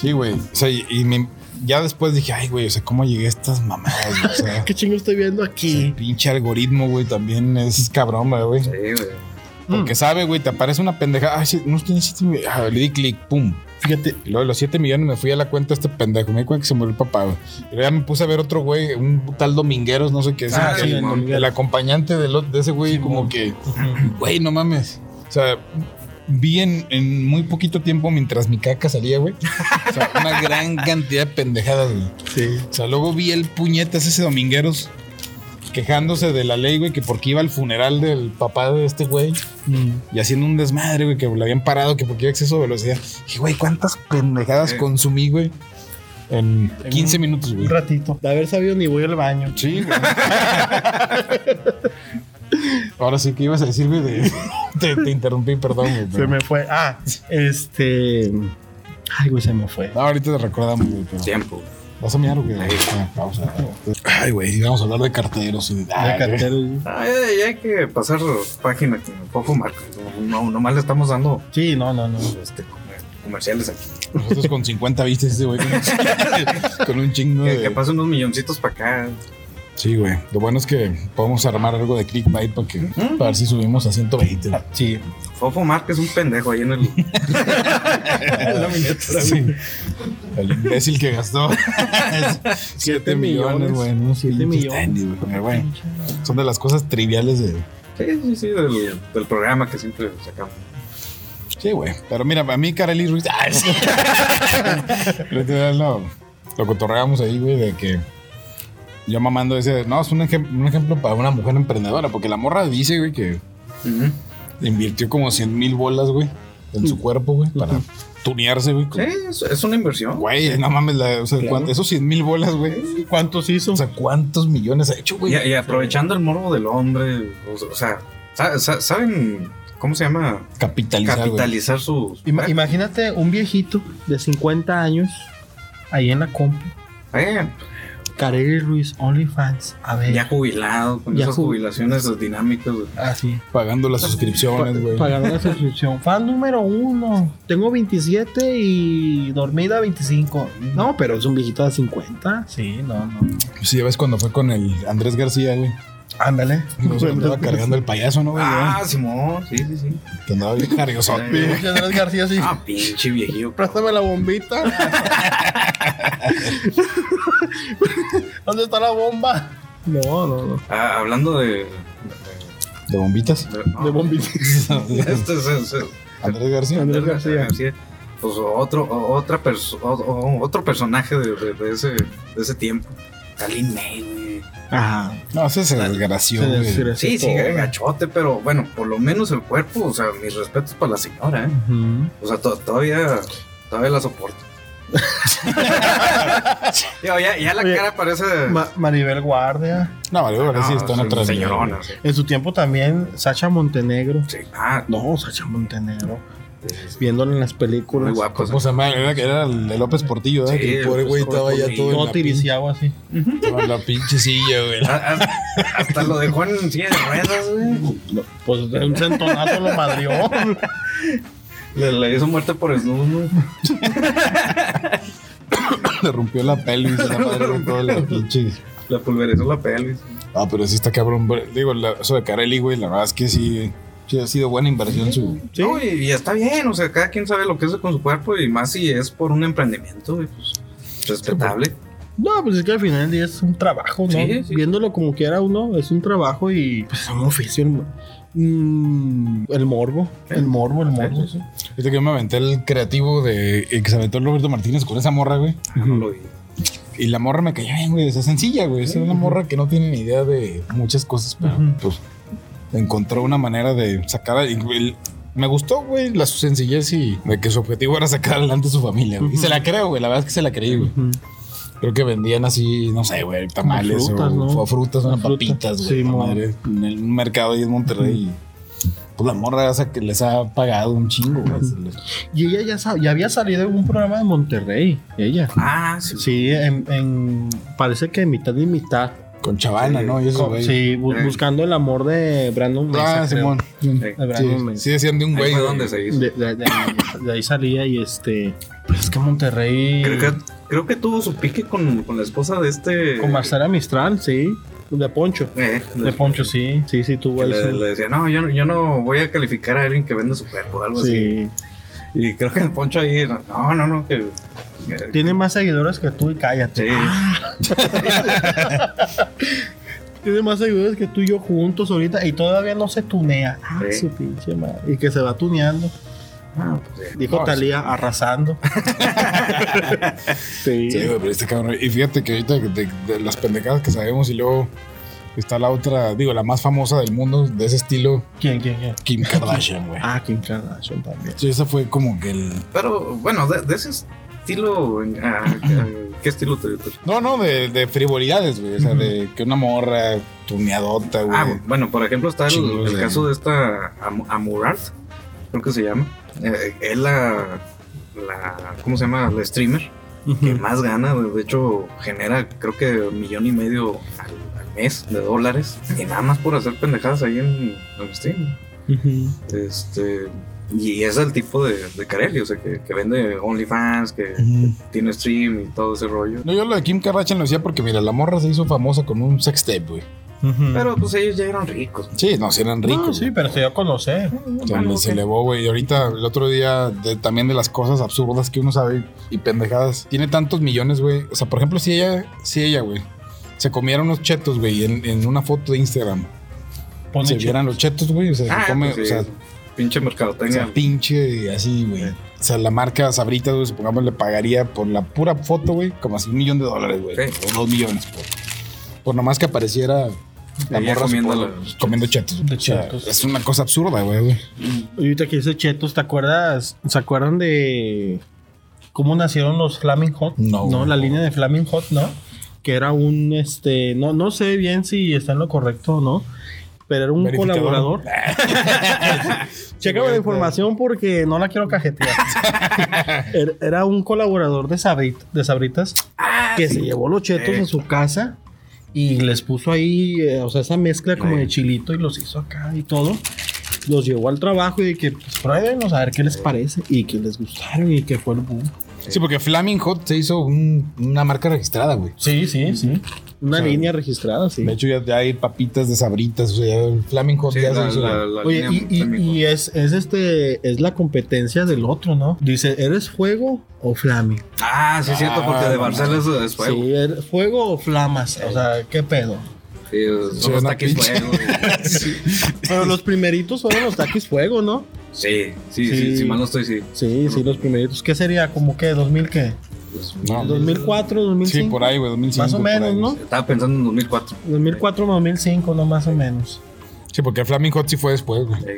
Sí, güey. O sea, y, y me- ya después dije, ay, güey, o sea, ¿cómo llegué a estas mamadas? güey? O sea, ¿Qué chingo estoy viendo el aquí? pinche algoritmo, güey, también es cabrón, güey. Sí, güey. Mm. Porque Mm. sabe, güey, te aparece una pendeja. Ay, sí, no tiene 7 millones. Ah, le di clic, pum. Fíjate, Y luego de los 7 millones me fui a la cuenta de este pendejo. Me di cuenta que se murió el papá, güey. Y luego ya me puse a ver otro güey, un tal Domingueros, no sé qué. es. Ah, el, sí, el- Domingueros. el acompañante de, lo- de ese güey, como que, Mm. güey, no mames. O sea, vi en, en muy poquito tiempo mientras mi caca salía, güey. O sea, una gran cantidad de pendejadas, güey. sí. O sea, luego vi el puñetas ese Domingueros quejándose de la ley, güey, que porque iba al funeral del papá de este güey Mm. y haciendo un desmadre, güey, que lo habían parado, que porque era exceso de velocidad. Dije, güey, ¿cuántas pendejadas Eh. consumí, güey? En En 15 minutos, güey. Un ratito. De haber sabido ni voy al baño. Sí, güey. Ahora sí que ibas a decir, güey, de- te, te interrumpí, perdón, güey. Se pero- me fue. Ah, este. Ay, güey, se me fue. No, ahorita te recordamos, güey, pero- Tiempo. Vas a mirar, güey. Ahí. Ah, pausa. Ay, güey, vamos a hablar de carteros y de... De Ay, güey. cartero. Ah, ya, ya hay que pasar página con el Fofo Marco. No, nomás le estamos dando Sí, no, no, no. este, comer- comerciales aquí. Nosotros con 50 vistas ese güey. con- Con un chingo Que, que de. pasen unos milloncitos para acá. Sí, güey. Lo bueno es que podemos armar algo de clickbait para, que, para ver si subimos a 120. güey. Sí. Fofo Marco es un pendejo ahí en el. La miniatura, Sí. güey. El imbécil que gastó 7 millones, güey. en unos Siete pinches millones. tenis, güey. Pero, güey, Son de las cosas triviales de. Sí, sí, sí, del, del programa que siempre sacamos. Sí, güey. Pero mira, a mí Kareli Ruiz. Ah, sí. La otra vez lo, lo cotorreamos ahí, güey, de que yo mamando ese. No, es un, ejem- un ejemplo para una mujer emprendedora, porque la morra dice, güey, que. Ujú. Invirtió como 100 mil bolas, güey, en su cuerpo, güey, para tunearse, güey. Sí, es, es una inversión. Güey, no mames, la- o sea, Claro. ¿cuánto- esos 100 mil bolas, güey. ¿Cuántos hizo? O sea, ¿cuántos millones ha hecho, güey? Y, y aprovechando el morbo del hombre, o, o sea, sa- sa- ¿saben cómo se llama? Capitalizar, güey. Capitalizar sus. Ima- imagínate un viejito de 50 años ahí en la compu. Eh, Carey Ruiz, OnlyFans. A ver. ya jubilado, con Ya esas ju- jubilaciones dinámicas. güey. Así. Pagando las suscripciones, güey. Pagando la suscripción. Fan número uno. Tengo 27 y dormida 25. No, pero es un viejito de 50. Sí, no, no. Sí, ya ves cuando fue con el Andrés García, güey. Ándale. Nos andaba cargando el payaso, ¿no, güey? Ah, Simón, sí, sí, sí. Que andaba bien cargosote, Sí. güey. Andrés García, sí. Ah, pinche viejillo. Préstame la bombita. ¿Dónde está la bomba? No, no, no. Ah, hablando de. de, ¿De bombitas? de- no. De bombita. Este es- es- es- Andrés García. Andrés García. Pues otro, o- otra perso- o- o- otro personaje de, de- de ese, de ese tiempo. Kalin May, güey. Ajá. No, ese se desgració, güey. Sí, sí, eh. gachote, pero bueno, por lo menos el cuerpo, o sea, mis respetos para la señora, ¿eh? O sea, to- todavía, todavía la soporto. Digo, ya, ya la Oye, cara parece. Ma- Maribel Guardia. No, vale, ahora sí No, está en sí, otra Señorona, sí. En su tiempo también Sacha Montenegro. Sí. Ah, No, Sacha Montenegro. sí, sí, sí. Viéndolo en las películas. Muy guapo. ¿Cómo se llama? Era, era el de López Portillo, ¿verdad? Pues, Sí, pues, que el pobre López güey estaba ya Portillo. todo en Todo la, pin- tiriciado así. estaba en la pinche silla, güey. Ah, ah, Hasta lo dejó en silla de ruedas, güey. Pues de un centonazo lo madrió. Le, le hizo muerte por snudo. Le rompió la pelvis, la madre con toda la pinche. Le pulverizó la pelvis. Ah, pero sí está cabrón. pero, Digo, la- eso de Carelli, güey, la verdad es que sí, sí ha sido buena inversión su. Sí. No, y, y está bien, o sea, cada quien sabe lo que hace con su cuerpo y más si es por un emprendimiento, güey, pues respetable. No, pues es que al final del día es un trabajo, ¿no? Sí, sí. Viéndolo como quiera uno, es un trabajo y pues es un oficio. El, mo- Mm, el morbo. El morbo, el morbo. Sí, sí, sí. Viste que yo me aventé el creativo de el que se aventó el Roberto Martínez con esa morra, güey. Ah, no lo vi. Y la morra me cayó bien, güey. O sea, sencilla, güey. Es una morra que no tiene ni idea de muchas cosas, pero Ujú. pues encontró una manera de sacar. a- y, güey, me gustó, güey, la su sencillez y de que su objetivo era sacar adelante a su familia, güey. Y se la creo, güey. La verdad es que se la creí, güey. Ujú. Creo que vendían así, no sé, güey, tamales frutas, o ¿no? fue frutas, unas Fruta. papitas, güey. Sí, la mo. madre, en el mercado ahí en Monterrey. Pues la morra esa que les ha pagado un chingo, güey. se les- Y ella ya, sa- ya había salido en un programa de Monterrey. Ella. Ah, sí. Sí, en, en- parece que mitad y mitad. Con Chavana, Sí, ¿no? Y eso, Co- güey. Sí, bu- Eh. buscando el amor de Brandon Mesa, Ah, creo. Simón. Sí, sí, sí decían de un Ahí güey. fue güey. donde se hizo. De, de- de- de ahí salía y este. Pues es que Monterrey. Creo que, creo que tuvo su pique con, con la esposa de este. Con Marcela Mistral, sí. De Poncho. Eh, De Poncho, sí. Sí, sí, tuvo que ahí le, su- le decía, no yo, no, yo no voy a calificar a alguien que vende su cuerpo o algo así. Sí. Y creo que el Poncho ahí, no, no, no, que. que- Tiene más seguidores que tú y cállate. sí. Ah. Tiene más seguidores que tú y yo juntos ahorita y todavía no se tunea. Ah, Sí. su pinche madre. Y que se va tuneando. Ah, pues, sí. Dijo No, Talía arrasando. sí. Sí, güey, pero este cabrón. Y fíjate que ahorita de, de las pendejadas que sabemos y luego está la otra, digo, la más famosa del mundo de ese estilo, ¿Quién, quién, quién? Kim Kardashian, güey. Ah, Kim Kardashian también. Sí, esa fue como que el. Pero bueno, de, de ese estilo. ah, ¿Qué estilo te, te- No, no, de, de frivolidades, güey. O sea, de que una morra tuneadota, güey. Ah, bueno, por ejemplo, está el, Chingos, el eh. caso de esta Am- Amurart, creo que se llama. Eh, es la, la. ¿Cómo se llama? La streamer que más gana. De hecho, genera, creo que un millón y medio al, al mes de dólares. Y nada más por hacer pendejadas ahí en, en stream. Este. Y es el tipo de, de Carelli, o sea, que, que vende OnlyFans, que, Ujú. que tiene stream y todo ese rollo. No, yo lo de Kim Kardashian lo decía porque, mira, la morra se hizo famosa con un sextape, güey. Pero pues ellos ya eran ricos. Sí, no, sí eran Ah, ricos. No, sí, pero se dio a conocer. O sea, Algo se que- elevó, güey. Y ahorita, el otro día, de- también de las cosas absurdas que uno sabe y pendejadas. Tiene tantos millones, güey. O sea, por ejemplo, si ella, si ella, güey, se comiera unos chetos, güey, en, en una foto de Instagram. Pone se chi- vieran los chetos, güey. O sea, Ah, se come, pues, sí, o sea, pinche o mercadotecnia. sea, pinche así, güey. O sea, la marca Sabritas, güey, supongamos le pagaría por la pura foto, güey, como así un millón de dólares, güey. Sí. O dos millones, por, por nomás que apareciera la Ella morra comiendo comiendo, los- comiendo chetos. De O sea, chetos. es una cosa absurda, güey. Ahorita que dice Chetos, ¿te acuerdas? ¿Se acuerdan de cómo nacieron los Flaming Hot? No. No, la línea de Flaming Hot, ¿no? Que era un, este, no, no sé bien si está en lo correcto o no, pero era un Verificador. colaborador. Checame la información porque no la quiero cajetear. Era- era un colaborador de, Sabrit- de Sabritas Ah, que sí. se llevó los chetos Eh. a su casa y les puso ahí, eh, o sea, esa mezcla como Eh. de chilito y los hizo acá y todo. Los llevó al trabajo y de que pues, pruébenos a ver qué les parece y que les gustaron y que fue el boom. Sí, porque Flaming Hot se hizo un- una marca registrada, güey. Sí, sí, sí. Una O sea, línea registrada, sí. De hecho, ya, ya hay papitas de sabritas, o sea, ya Flaming Hot Sí, ya la- se hizo. la- la Oye, línea y, y- también eh, y es, es este, es la competencia del otro, ¿no? Dice, ¿eres fuego o flame? con- Ah, sí, es cierto, porque de Ah, Barcelos es fuego. Sí, er- fuego o flamas. O sea, ¿qué pedo? Sí, son los Suena taquis pinche. fuego. Sí, Pero los primeritos fueron los taquis fuego, ¿no? sí, sí, Sí. sí, si mal no estoy, sí. Sí, sí, los primeritos. ¿Qué sería? ¿Como qué? ¿2000 qué? Pues, No. 2004, 2005. Sí, por ahí, güey, 2005. Más o por ahí, menos, güey. ¿no? Estaba pensando en 2004. 2004, 2005, no más o menos. Sí, porque Flaming Hot sí fue después, güey. Sí,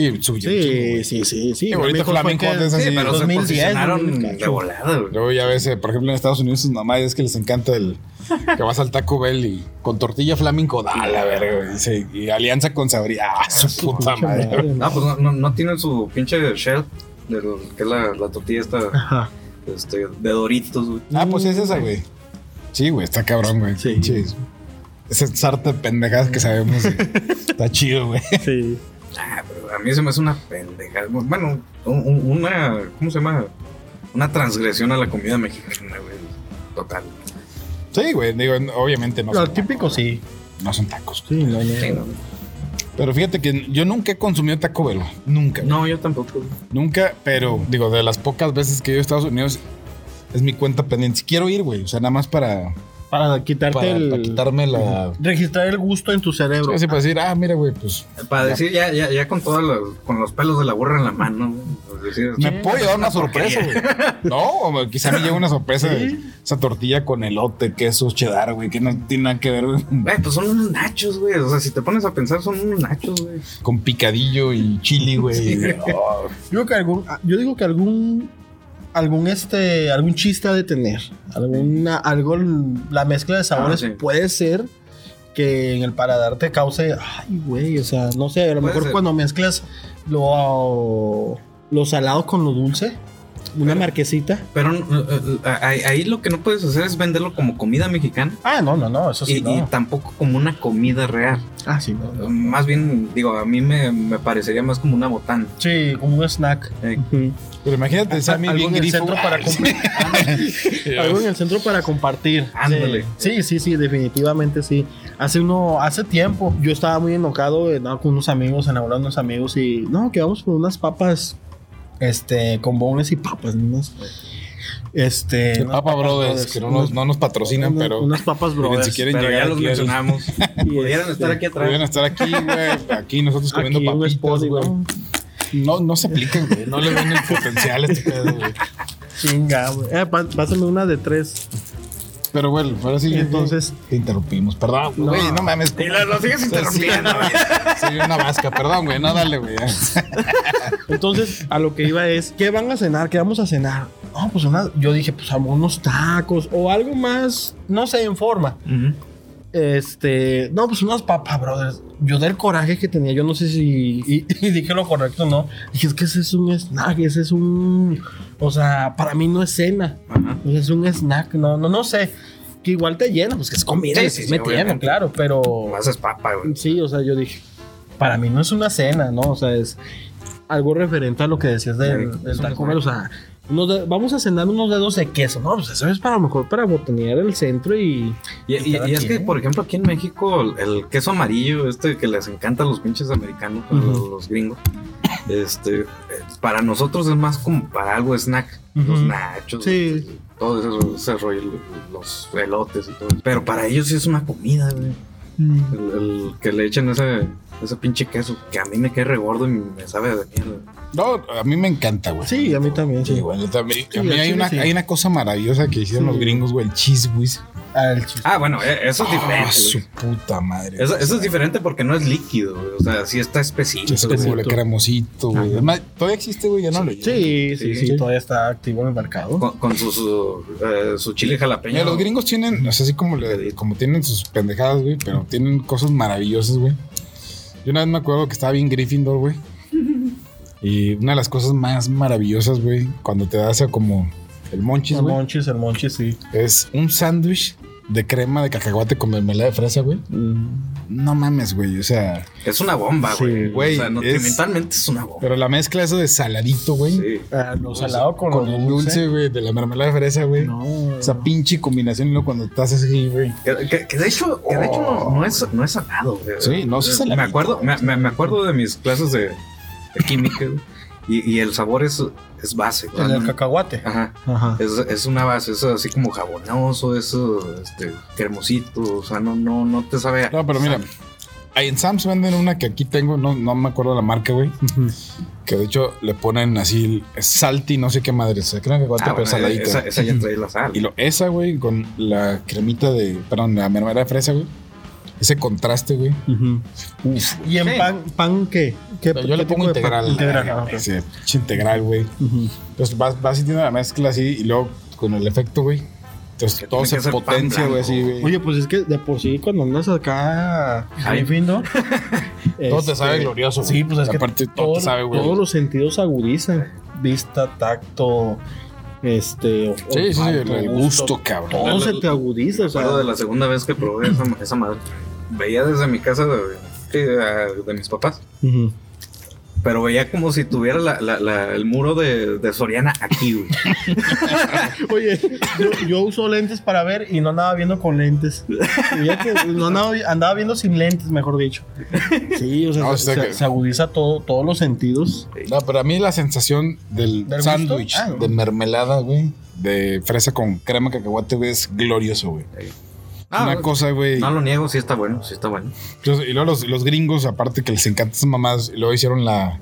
Y subió. un chingo, Sí, güey. sí, sí, sí. Y ahorita Mejor fue Flamenco que- de esas- Ah, Sí, Sí, pero 2010, se posicionaron 2008. de volada, güey. Luego ya ves, eh, por ejemplo, en Estados Unidos, sus mamás es que les encanta el que vas al Taco Bell y con tortilla Flaming Hot. Ah, la verga, güey. Sí, y alianza con Sabri. Ah, su puta Pinche madre. madre, No, ¿no? pues no, no, no tienen su pinche shell, de lo- que es la, la tortilla esta Ajá. este, de Doritos, güey. Ah, pues es esa, güey. Sí, güey, está cabrón, güey. Sí. Sí. Esa sarta de pendejadas que sabemos. güey. está chido, güey. Sí. Ah, pero a mí se me hace una pendeja. Bueno, un- un- una. ¿Cómo se llama? Una transgresión a la comida mexicana, güey. Total. Sí, güey, digo, obviamente no Lo son, típico sí. no son tacos. Sí, no, no. Sí, no, Pero fíjate que yo nunca he consumido Taco Bell, güey. Nunca. güey. No, yo tampoco. güey. Nunca, pero digo, de las pocas veces que yo he ido a Estados Unidos, es mi cuenta pendiente. Si quiero ir, güey, o sea, nada más para, Para quitarte para, el. para quitarme la... Registrar el gusto en tu cerebro. Sí, para decir, ah, mira, güey, pues... Para decir, ya, ya, ya con todas las- con los pelos de la burra en la mano, güey. Pues decir, Me puedo llevar una sorpresa, güey. No, o quizá me lleve una sorpresa de esa tortilla con elote, queso, cheddar, güey, que no tiene nada que ver güey, Güey, pues son unos nachos, güey. O sea, si te pones a pensar, son unos nachos, güey. con picadillo y chili, güey. Oh, Yo digo que algún. ah, Yo digo que algún. Algún este. Algún chiste ha de tener. Alguna. Algo. La mezcla de sabores Ah, sí. puede ser. Que en el paladar te cause. Ay, güey. O sea, no sé. A lo Puede mejor ser. cuando mezclas lo. Lo salado con lo dulce. Una marquesita. Pero eh, eh, ahí ahí lo que no puedes hacer es venderlo como comida mexicana Ah, no, no, no, eso sí. y, no. y tampoco como una comida real. ah, sí, no, no. Más bien, digo, a mí me, me parecería más como una botana. Sí, como un snack. Eh, Ujú. Pero imagínate, el Sammy bien Algo en el grifo. Ah, centro güey. para comprar. Algo en el centro para compartir. Ándale. Sí, sí, sí, sí, definitivamente sí. Hace uno, hace tiempo, yo estaba muy enojado, andaba con unos amigos, enamorando unos amigos y no, que vamos por unas papas, este, con bones y papas, unas, este, unas Papa Brothers, que no nos, unas- no nos patrocinan, unas- pero unas papas brothers. si quieren Pero llegar ya los aquí a los- mencionamos. Y Pudieran este, estar aquí Podrían atrás. estar aquí, güey. Aquí nosotros aquí comiendo un papitas, spot, güey. ¿no? No, no se aplican, güey. No le ven el potencial a este pedo, güey. Chinga, güey. Eh, pá- pásame una de tres. Pero bueno, ahora sí. Entonces- Te interrumpimos, perdón, No. güey. No, mames. Y lo, lo sigues O sea, sí, interrumpiendo. güey. Soy una vasca, perdón, güey. No, dale, güey. Entonces, a lo que iba es, ¿qué van a cenar? ¿Qué vamos a cenar? No, pues una, yo dije, pues amor, unos tacos o algo más, no sé, en forma. Ujú. Este, no, pues unas papas, brothers. Yo del coraje que tenía, yo no sé si y- y dije lo correcto o no. Dije, es que ese es un snack, ese es un. O sea, para mí no es cena, Ajá. o sea, es un snack, no, no, no sé. Que igual te llena, pues que es comida, Sí, me sí, sí, metiendo, obviamente. claro, pero. Más es papa, güey. Sí, o sea, yo dije, para mí no es una cena, ¿no? O sea, es algo referente a lo que decías del, Sí, del es un Taco Bell, o sea, unos de- vamos a cenar unos dedos de queso, ¿no? Pues eso es para a lo mejor para botanear el centro y. Y, y- Cada y es que, quien. por ejemplo, aquí en México, el, el queso amarillo, este que les encanta a los pinches americanos, a los, Ujú. los gringos, este, eh, para nosotros es más como para algo snack. Los Ujú. nachos, Sí. este, todo ese, ro- ese rollo, lo- los elotes y todo. eso. Pero para ellos sí es una comida, güey. El, el que le echen ese, ese pinche queso, que a mí me cae regordo y me sabe de mierda. No, a mí me encanta, güey. Sí, a mí también, sí. Sí, güey, yo también. Sí, a mí al hay chile una, sí. hay una cosa maravillosa que hicieron Sí. los gringos, güey, el cheese whiz. Al chis- Ah, bueno, eh, eso es diferente. Ah, su güey. puta madre. Eso, güey. eso es diferente porque no es líquido, güey. o sea, sí está espesito. Eso es como el Espesito. cremosito, güey. Ajá. Además, todavía existe, güey, ya no lo llevo. Sí, sí, Sí. sí, todavía está activo en el mercado. Con, con su, su, eh, su chile jalapeño. Mira, los gringos tienen, no sé así como, le- como tienen sus pendejadas, güey, pero tienen cosas maravillosas, güey. Yo una vez me acuerdo que estaba bien Gryffindor, güey. Y una de las cosas más maravillosas, güey, cuando te das a como el monchis, El güey, monchis, el monchis, sí. es un sándwich de crema de cacahuate con mermelada de fresa, güey. No mames, güey, o sea, Es una bomba, Sí, güey. güey, o sea, no, es- mentalmente es una bomba. pero la mezcla eso de saladito, güey. Sí. Ah, lo salado con, Con lo el dulce, güey, de la mermelada de fresa, güey. No. Esa pinche combinación, y luego cuando estás así, güey. Que, que- que de hecho, que de hecho no, no es, no es salado, güey. Sí, no, sí es Eh, saladito, Me acuerdo, me, güey. me- me acuerdo de mis clases de, de química güey, y, y el sabor es, es base. güey. El del No- cacahuate. Ajá. Ajá. Es, es una base, es así como jabonoso, es este, cremosito, o sea, no, no, no te sabe a- No, pero mira, ahí en Sam's venden una que aquí tengo, no, no me acuerdo la marca, güey. Que de hecho le ponen así el salty, no sé qué madre. Se creen que Ah, cuatro, pero bueno, saladita. esa, esa ya trae la sal. Y lo, esa, güey, con la cremita de, perdón, la mermelada de fresa, güey. Ese contraste, güey. Uf. ¿Y en Sí. pan, pan qué? ¿Qué- Yo qué le pongo tipo de pan? integral. Integral, ah, ok. Ese pinche integral, güey. Ujú. Entonces vas, vas sintiendo la mezcla así y luego con el efecto, güey. Entonces Que todo tiene se que ser pan potencia, güey, blanco. así, güey. Oye, pues es que de por sí cuando andas acá Ay. ahí viendo. Todo te sabe glorioso, güey. Sí, pues es que Aparte, todo, te todo- sabe, güey. Todos los sentidos agudizan. Vista, tacto, este. Sí, sí, sí, el, el gusto, cabrón. Todo La- se la- te agudiza, o Me acuerdo sea. de la segunda vez que probé esa, esa madre. Veía desde mi casa de, que, ah, de mis papás. Ujú. Pero veía como si tuviera la- la- la- el muro de, de Soriana aquí, güey. Oye, yo, yo uso lentes para ver y no andaba viendo con lentes. Y ya que no andaba, andaba viendo sin lentes, mejor dicho. Sí, o sea, No, o se, sea se- que- se agudiza todo, todos los sentidos. No, pero a mí la sensación del, ¿Del gusto? sándwich Ah, no. de mermelada, güey, de fresa con crema cacahuate, güey, es glorioso, güey. Ah, Una cosa, güey. No lo niego, sí está bueno, sí está bueno. Entonces, Y luego los, los gringos, aparte que les encantan esas mamás, luego hicieron la.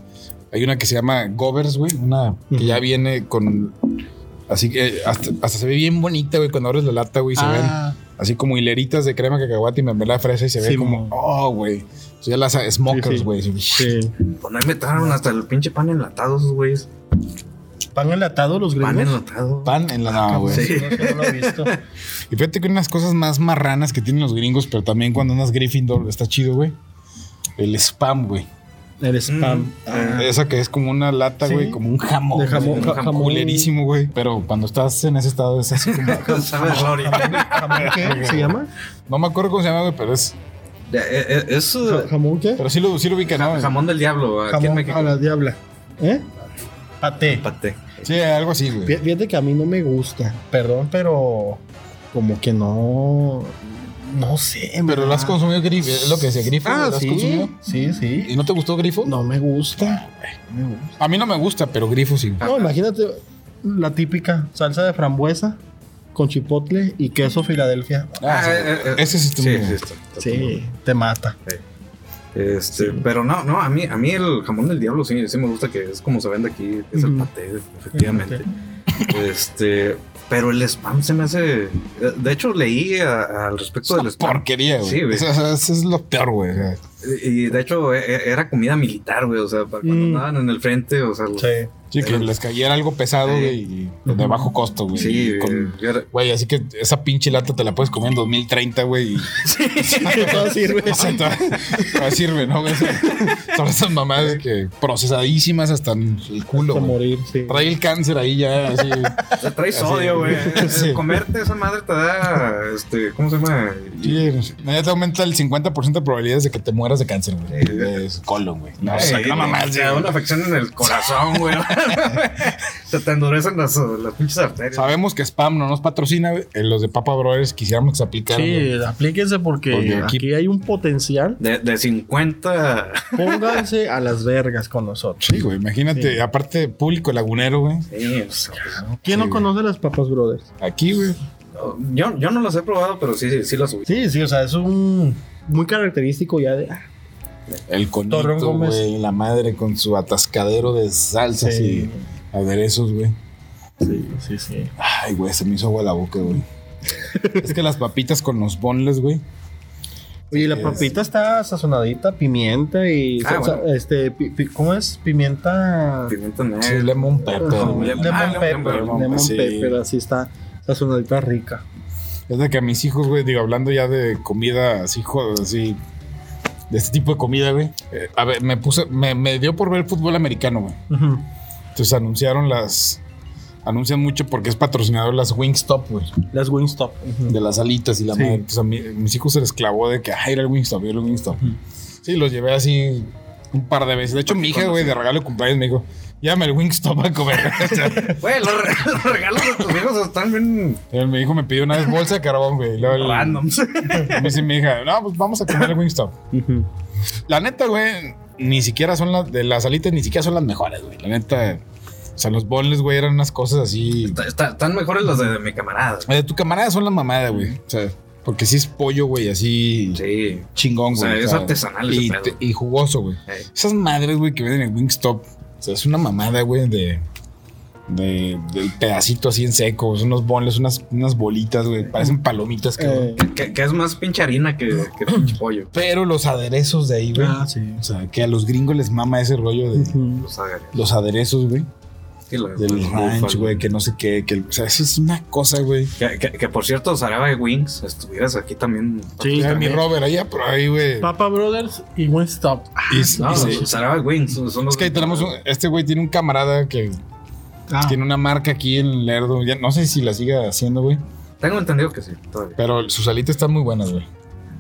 Hay una que se llama Govers, güey, una que Ujú. ya viene con. Así que eh, hasta, hasta se ve bien bonita, güey, cuando abres la lata, güey, se Ah, ven así como hileritas de crema cacahuate y mermelada fresa y se ve Sí, como, mo. oh, güey. Entonces ya las smokers, sí. güey. así, sí. Pues no inventaron hasta el pinche pan enlatado, esos güeyes. ¿Pan enlatado los gringos? Pan enlatado. Pan en la nada, Ah, güey. Sí. No sé, no lo he visto. Y fíjate que unas cosas más marranas que tienen los gringos, pero también cuando andas Gryffindor está chido, güey. El spam, güey. El spam. Mm. Ah. Esa que es como una lata, Sí. güey, como un jamón. De jamón, güey, ja- un jamón. culerísimo, güey. Pero cuando estás en ese estado es así como. Sabe a gloria. ¿Jamón qué se llama? No me acuerdo cómo se llama, güey, pero es. Eh, eh, Es Ja- eh, ¿Jamón qué? Pero sí lo, sí lo ubican, ¿no? jamón del diablo aquí en Jamón a ah, México. la diabla. ¿Eh? Paté. Paté. Sí, algo así, Fí- güey. Fíjate que a mí no me gusta. Perdón, pero como que no. No sé. Pero lo has ¿verdad? consumido grifo, es lo que decía grifo. Ah, ¿lo has sí. consumido? Sí, sí. ¿Y no te gustó grifo? No me gusta. No me gusta. A mí no me gusta, pero grifo sí. No, imagínate la típica salsa de frambuesa con chipotle y queso Filadelfia. Ah, Ah, sí. eh, eh, Ese sí está muy bueno. está- está muy Sí, bueno. te mata. Este, pero no, no, a mí, a mí el jamón del diablo sí, sí me gusta que es como se vende aquí, es el Ujú. paté, efectivamente. Este, pero el spam se me hace. eh, De hecho, leí a- al Es respecto una del spam. porquería, güey. Sí, güey. Eso, eso- eso es lo peor, güey. Y de hecho, e- e- era comida militar, güey. O sea, para cuando Mm. andaban en el frente, o sea, los- sí, Sí, que Pero- les cayera algo pesado, Sí. güey, y de bajo costo, güey. Y con- eh, yo era- Güey, así que esa pinche lata te la puedes comer en 2030, güey. y- Todo sirve. O sea, toda- toda sirve, ¿no? güey? Son esas mamadas que procesadísimas hasta el culo. Hasta güey. morir, sí. Trae el cáncer ahí ya, así. o sea, trae Así, sodio, güey. Eh, sí. Comerte esa madre te da, este, ¿cómo se llama? Sí, ya te aumenta el 50% de probabilidades de que te mueras de cáncer, güey. Sí. Es colon, güey. No, Ay, o sea, no, una mamada, o sea, güey. una afección en el corazón, güey. Se te endurecen las, las pinches arterias. Sabemos que Spam no nos patrocina, güey. Eh, los de Papa Brothers quisiéramos que se aplicaran. güey. Sí, aplíquense porque, Porque aquí- aquí... hay un potencial. De, de 50. Pónganse a las vergas con nosotros. Sí, güey, imagínate, Sí. aparte público lagunero, güey. Sí, o sea, Sí, ¿Quién no güey. conoce las papas, brothers? Aquí, güey. no, yo, yo no las he probado, pero sí, sí, sí las subí. Sí, sí, o sea, es un muy característico ya de. ah, El Torreón conito, Gómez. güey. La madre con su atascadero de salsas Sí. y aderezos, güey. Sí, sí, sí. Ay, güey, se me hizo agua la boca, güey. es que las papitas con los bonles, güey. Oye, la Es- papita está sazonadita, pimienta y Ah, salsa, bueno. este, pi- pi- ¿cómo es? Pimienta Pimienta negra. Sí, lemon pepper, Ajá, güey. lemon Lemon Ah, pepper, lemon lemon pepper, sí. pepper, así está sazonadita rica. Es de que a mis hijos, güey, digo, hablando ya de comida así, joder, así, de este tipo de comida, güey. eh, a ver, me puse, me, me dio por ver fútbol americano, güey. Entonces anunciaron las, anuncian mucho porque es patrocinador las Wingstop, güey, Las Wingstop. Ujú. de las alitas y la Sí. madre. Entonces a, mí- a mis hijos se les clavó de que, ay, era el Wingstop, era el Wingstop. Ujú. Sí, los llevé así un par de veces. De hecho, mi hija, güey, de regalo de cumpleaños me dijo, llámame el Wingstop a comer. O sea, Güey, los, re- los regalos de tus hijos están bien Él me dijo, me pidió una vez bolsa de carbón, güey. Y luego el- randoms. me dice mi hija, no, pues vamos a comer el Wingstop. Ujú. La neta, güey, ni siquiera son las de las alitas, ni siquiera son las mejores, güey. La neta, o sea, los bonles, güey, eran unas cosas así. Está- está- están mejores los de, de mi camarada. La De tu camarada son la mamada, güey. O sea, porque sí es pollo, güey, así Sí. chingón, O sea, güey. es artesanal ese y, pedo. te- y jugoso, güey. Eh, Esas madres, güey, que venden en Wingstop. O sea, es una mamada, güey, de. De, del pedacito así en seco, son unos bonles, unas, unas bolitas, güey, parecen palomitas, cabrón. Eh, Que, que es más pinche harina que, que pinche pollo. Pero los aderezos de ahí, güey. ah, sí. O sea, que a los gringos les mama ese rollo de Ujú. Los agarré. los aderezos, güey. Sí, los- Del los ranch, búfalos. güey, que no sé qué. Que, o sea, eso es una cosa, güey. Que, que- que, por cierto, Saraba de Wings, estuvieras aquí también. Ya Sí, mi también. Robert allá por ahí, güey. Papa Brothers y Wingstop. Y- y- No, sí. Saraba de Wings. son- son Es los- que ahí tenemos un- este güey tiene un camarada que Ah, tiene una marca aquí en Lerdo. Ya, no sé si la siga haciendo, güey. Tengo entendido que sí, todavía. Pero sus alitas están muy buenas, güey.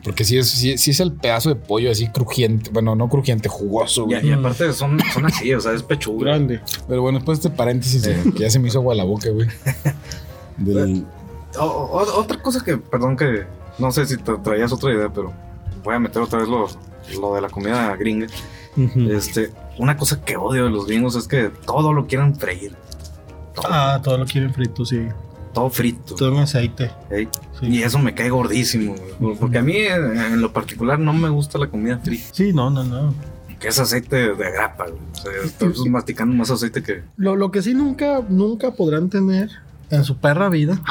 Porque sí es, sí, sí es el pedazo de pollo así crujiente. Bueno, no crujiente, jugoso, Y, güey. y aparte son, son así, o sea, es pechuga. grande. Pero bueno, después de este paréntesis, güey, que ya se me hizo agua la boca, güey. Del- O- o- otra cosa que, perdón que, no sé si te traías otra idea, pero voy a meter otra vez lo, lo de la comida gringa. Mm. Este, una cosa que odio de los gringos es que todo lo quieren freír. Todo, Ah, todo lo quieren frito, sí. todo frito. Todo en aceite. ¿eh? Sí. Y eso me cae gordísimo, güey, porque a mí eh, en lo particular no me gusta la comida frita, Sí, no, no, no. que es aceite de grapa, güey. o sea, estás masticando más aceite que... Lo, lo que sí nunca, nunca podrán tener en su perra vida.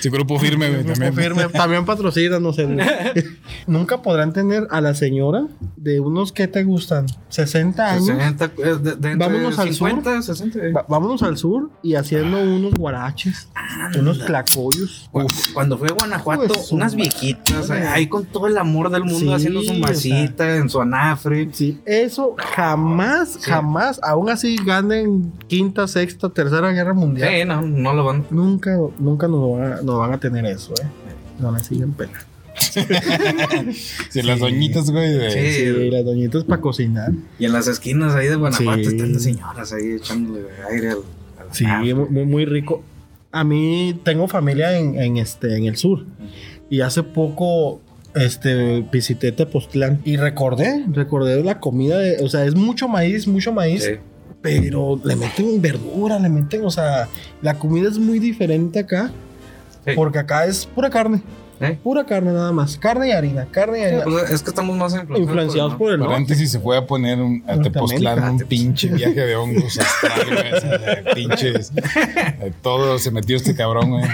Sí, grupo firme, Ah, güey. También. Confirme, también patrocina, no sé. güey. Nunca podrán tener a la señora de unos que te gustan 60 años. 60, eh, de- de entre Vámonos al sur. 50, 60. eh. Va- vámonos al sur y haciendo unos guaraches, Ah, unos tlacoyos. Cu- Cuando fue a Guanajuato, Pues, su unas madre. viejitas ahí ahí con todo el amor del mundo Sí, haciendo su o sea. masita en su anafre. Sí, eso jamás, jamás, aún así ganen quinta, sexta, tercera guerra mundial. Sí, no, no lo van. Nunca, nunca nos van, a, nos van a tener eso, ¿eh? No me siguen pena. Sí, las doñitas, güey. de- Sí. Sí, las doñitas para cocinar. Y en las esquinas ahí de Guanajuato Sí. están las señoras ahí echándole aire al. al Sí, anafre. muy, muy rico. A mí tengo familia en, en este, en el sur. Y hace poco este, visité Tepoztlán. Y recordé, recordé la comida. De, o sea, es mucho maíz, mucho maíz. Sí. Pero le meten verdura, le meten, o sea, la comida es muy diferente acá. Sí. ¿Eh? Porque acá es pura carne. Sí. Pura carne nada más. Carne y harina, carne y harina. O sea, Pues, es que estamos más Influenciados por el norte. Paréntesis, se fue a poner un, a Tepoztlán un Norteamérica. pinche viaje de hongos astral, güey, así de pinches. de todo se metió este cabrón, güey.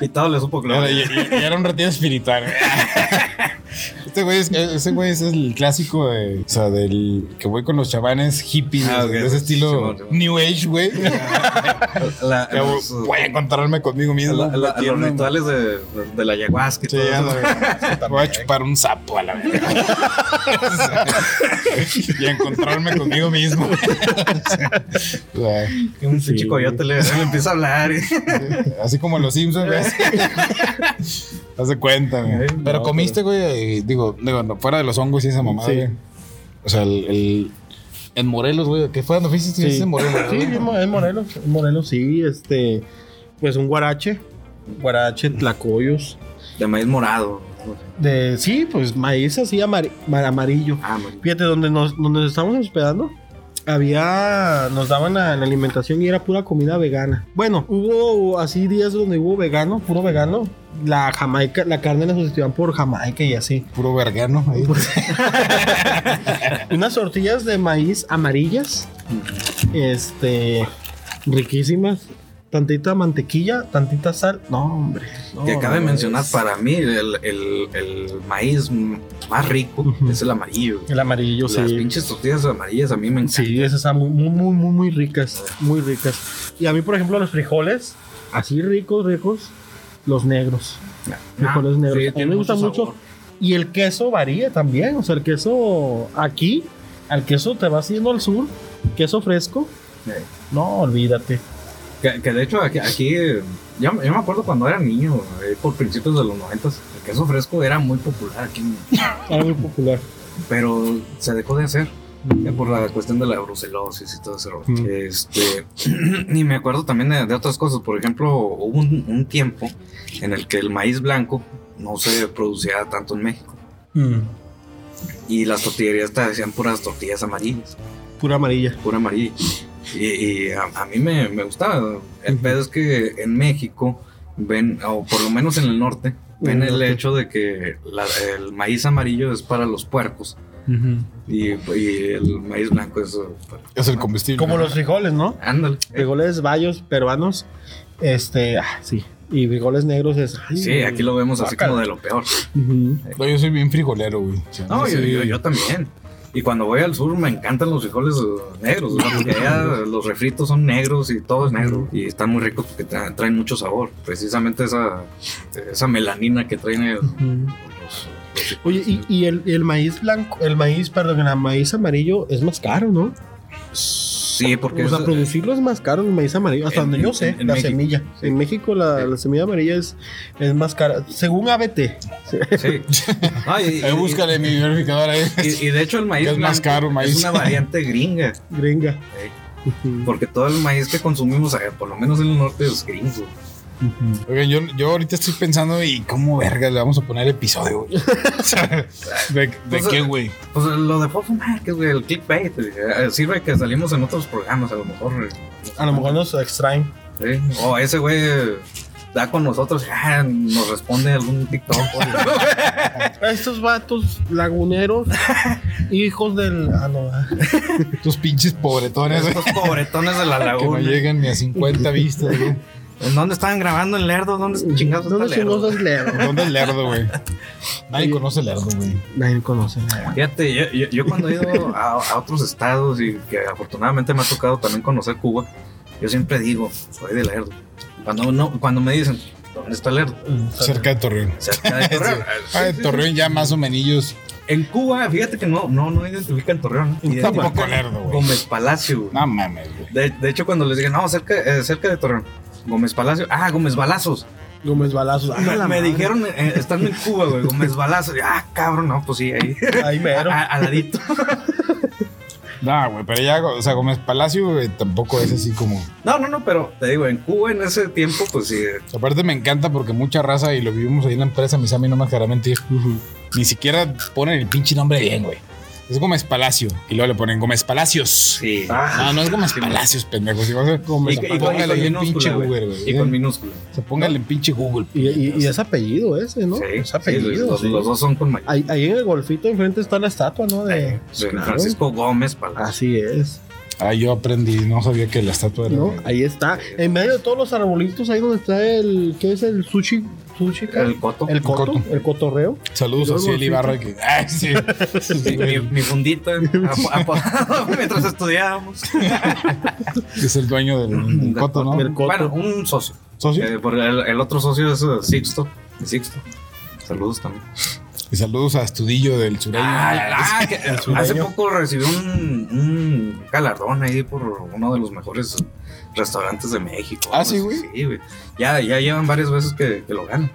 Y todo le supo claro. Era, y, y- y era un retiro espiritual. güey. Este güey es, ese güey es el clásico de, o sea, del que voy con los chavanes hippies, Ah, ok. de ese estilo Simón, Simón. New Age, güey. La- Que voy, los, voy a encontrarme conmigo mismo. pues, la- la- los metiéndome. rituales de, de- de la ayahuasca. y Sí, todo ya eso. lo- voy a chupar un sapo a la verga. y encontrarme conmigo mismo. O sea, Y un pinche Sí. coyote le, le empieza a hablar. y- así como los Simpsons, ¿ves? Hace cuenta, güey. Eh, Pero no, comiste, güey, y digo, digo, no, fuera de los hongos y esa mamada, Sí. güey. O sea, el, el- en Morelos, güey, que fue donde fuiste Sí. sí. en Morelos. Sí, ¿no? en Mo- en Morelos, en Morelos sí, este, pues un guarache, guarache, tlacoyos, De maíz morado. de, sí, pues maíz así amar- ma- amarillo. Ah, man. Fíjate, donde nos, donde nos estábamos hospedando, había, nos daban la, la alimentación y era pura comida vegana. Bueno, hubo así días donde hubo vegano, puro vegano, la jamaica, la carne la sustituían por jamaica y así. Pues, Puro vergano. ahí. Unas tortillas de maíz amarillas. Este. Riquísimas. Tantita mantequilla, tantita sal. No, hombre. no, Que acaba de no, mencionar, es- para mí, el, el- el maíz m- más rico Ujú. es el amarillo. El amarillo, Las sí. pinches tortillas amarillas a mí me encantan. Sí, esas están muy, muy, muy, muy, muy ricas. Muy ricas. Y a mí, por ejemplo, los frijoles, así ricos, ricos, los negros. frijoles negros. A mí Ah, tiene me gusta mucho. sabor. Y el queso varía también. O sea, el queso aquí, al queso te vas yendo al sur, queso fresco. Eh, No, olvídate. Que, que de hecho aquí, aquí, eh, yo, yo me acuerdo cuando era niño, eh, por principios de los noventas, el queso fresco era muy popular aquí, Era muy popular. pero se dejó de hacer. eh, Por la cuestión de la brucelosis y todo ese rollo. Mm. Este, y me acuerdo también de, de otras cosas. Por ejemplo, hubo un, un tiempo en el que el maíz blanco no se producía tanto en México. Mm. Y las tortillerías te hacían puras tortillas amarillas. Pura amarilla. pura amarilla. Y, y a, a mí me, me gustaba. El pedo es que en México ven, o por lo menos en el norte, ven En el el norte. hecho de que la- el maíz amarillo es para los puercos y, y el maíz blanco es eh, para... Es el combustible. Como los frijoles, ¿no? Ándale. Frijoles bayos peruanos. Este, ah, sí. Y frijoles negros es. ay, Sí, aquí lo vemos así guácala. como de lo peor. Ujú. No, yo soy bien frijolero, güey. O sea, No, yo, soy- yo, yo también. Y cuando voy al sur me encantan los frijoles eh, negros, ¿verdad? porque allá los refritos son negros y todo es negro. Y están muy ricos porque tra- traen mucho sabor. Precisamente esa, esa melanina que traen eh, el- Ujú. los- Oye, y, y el, el maíz blanco, el maíz, perdón, el maíz amarillo es más caro, ¿no? Sí, porque o sea, es- producirlo es más caro el maíz amarillo, hasta En- donde yo en- sé, en la México. semilla. Sí. En México la, Sí. la semilla amarilla es, es más cara, según ABT. sí. No, y, y- Ahí búscale mi verificador ahí. y- y de hecho el maíz Eh, Es más blanco caro, maíz. es una variante gringa. Gringa. eh, Ujú. Porque todo el maíz que consumimos, eh, por lo menos en el norte, es gringo. Ujú. Oigan, yo, yo ahorita estoy pensando, ¿y cómo verga le vamos a poner episodio, güey? O sea, ¿De, de Pues, qué, eh, güey? Pues lo de Fofo Márquez, güey, el clickbait. eh, Sirve que salimos en otros programas, a lo mejor. eh, A lo mejor nos extraen. Sí, O ese güey eh, da con nosotros, ah, nos responde algún TikTok. güey. Estos vatos laguneros, hijos del. Ah, no. ah. Tus pinches pobretones, güey. Estos pobretones de la Que no laguna. llegan ni a 50 vistas, güey. ¿En dónde estaban grabando el Lerdo? ¿Dónde chingados Este está ¿Dónde el Lerdo? chingados es Lerdo? ¿Dónde es Lerdo, güey? Nadie conoce Lerdo, güey. Nadie conoce Lerdo. Fíjate, yo, yo- yo cuando he ido a, a otros estados y que afortunadamente me ha tocado también conocer Cuba, yo siempre digo, soy de Lerdo. Cuando, no, cuando me dicen, ¿dónde está Lerdo? Mm, Cerca de Torreón. Cerca de Torreón. Ah, de Torreón ya más o menos. En Cuba, fíjate que no, no, no identifican Torreón. ¿no? Identifican Tampoco Lerdo, güey. Gómez Palacio. güey. No mames, güey. De, de hecho, cuando les digan, no, cerca, eh, cerca de Torreón. Gómez Palacio. Ah, Gómez Balazos. Gómez Balazos. Ah, Me, la me madre. dijeron, eh, estando en Cuba, güey, Gómez Balazos. Y, Ah, cabrón, no, pues sí, ahí. Ahí mero. A- al ladito. No, güey, pero ya, o sea, Gómez Palacio güey, tampoco es así como. No, no, no, pero te digo, en Cuba en ese tiempo, pues sí. eh, Aparte me encanta porque mucha raza, y lo vivimos ahí en la empresa, mis amigos no me dejará mentir, ni siquiera ponen el pinche nombre bien, güey. Es Gómez Palacio. Y luego le ponen Gómez Palacios. Sí. No, no es Gómez Sí, Palacios, pendejo. Si vas a Y, Gómez y con- y con, póngale ahí el pinche minúscula, güey. Google, güey. Y con minúscula. O sea, póngale en pinche Google. Y, y- y es apellido ese, ¿no? Sí, pues, es sí, apellido. los, sí. los dos son con mayor. Ahí, ahí en el golfito enfrente está la estatua, ¿no? De, Pues de Claro. Francisco Gómez Palacio. Así es. Ah, yo aprendí, no sabía que la estatua era. ¿No? Ahí está. En medio de todos los arbolitos, ahí donde está el. ¿Qué es el sushi? sushi Ah, el, El coto. el coto, coto. el cotorreo. Saludos a Luego, Ciel sí, Ibarra. Que... Ah, sí. Mi, mi, mi fundita ap- apodado mientras estudiábamos. Es el dueño del, Mm, del coto, ¿no? Del coto. Bueno, un socio. Socio. Eh, porque el, el otro socio es eh, Sixto. de Sixto. Saludos también. Y saludos a Estudillo del Sureño. Ah, ah, que, eh, sureño. hace poco recibió un, un galardón ahí por uno de los mejores restaurantes de México. Ah, algo sí, así. güey. Sí, güey. Ya, ya llevan varias veces que, que lo ganan.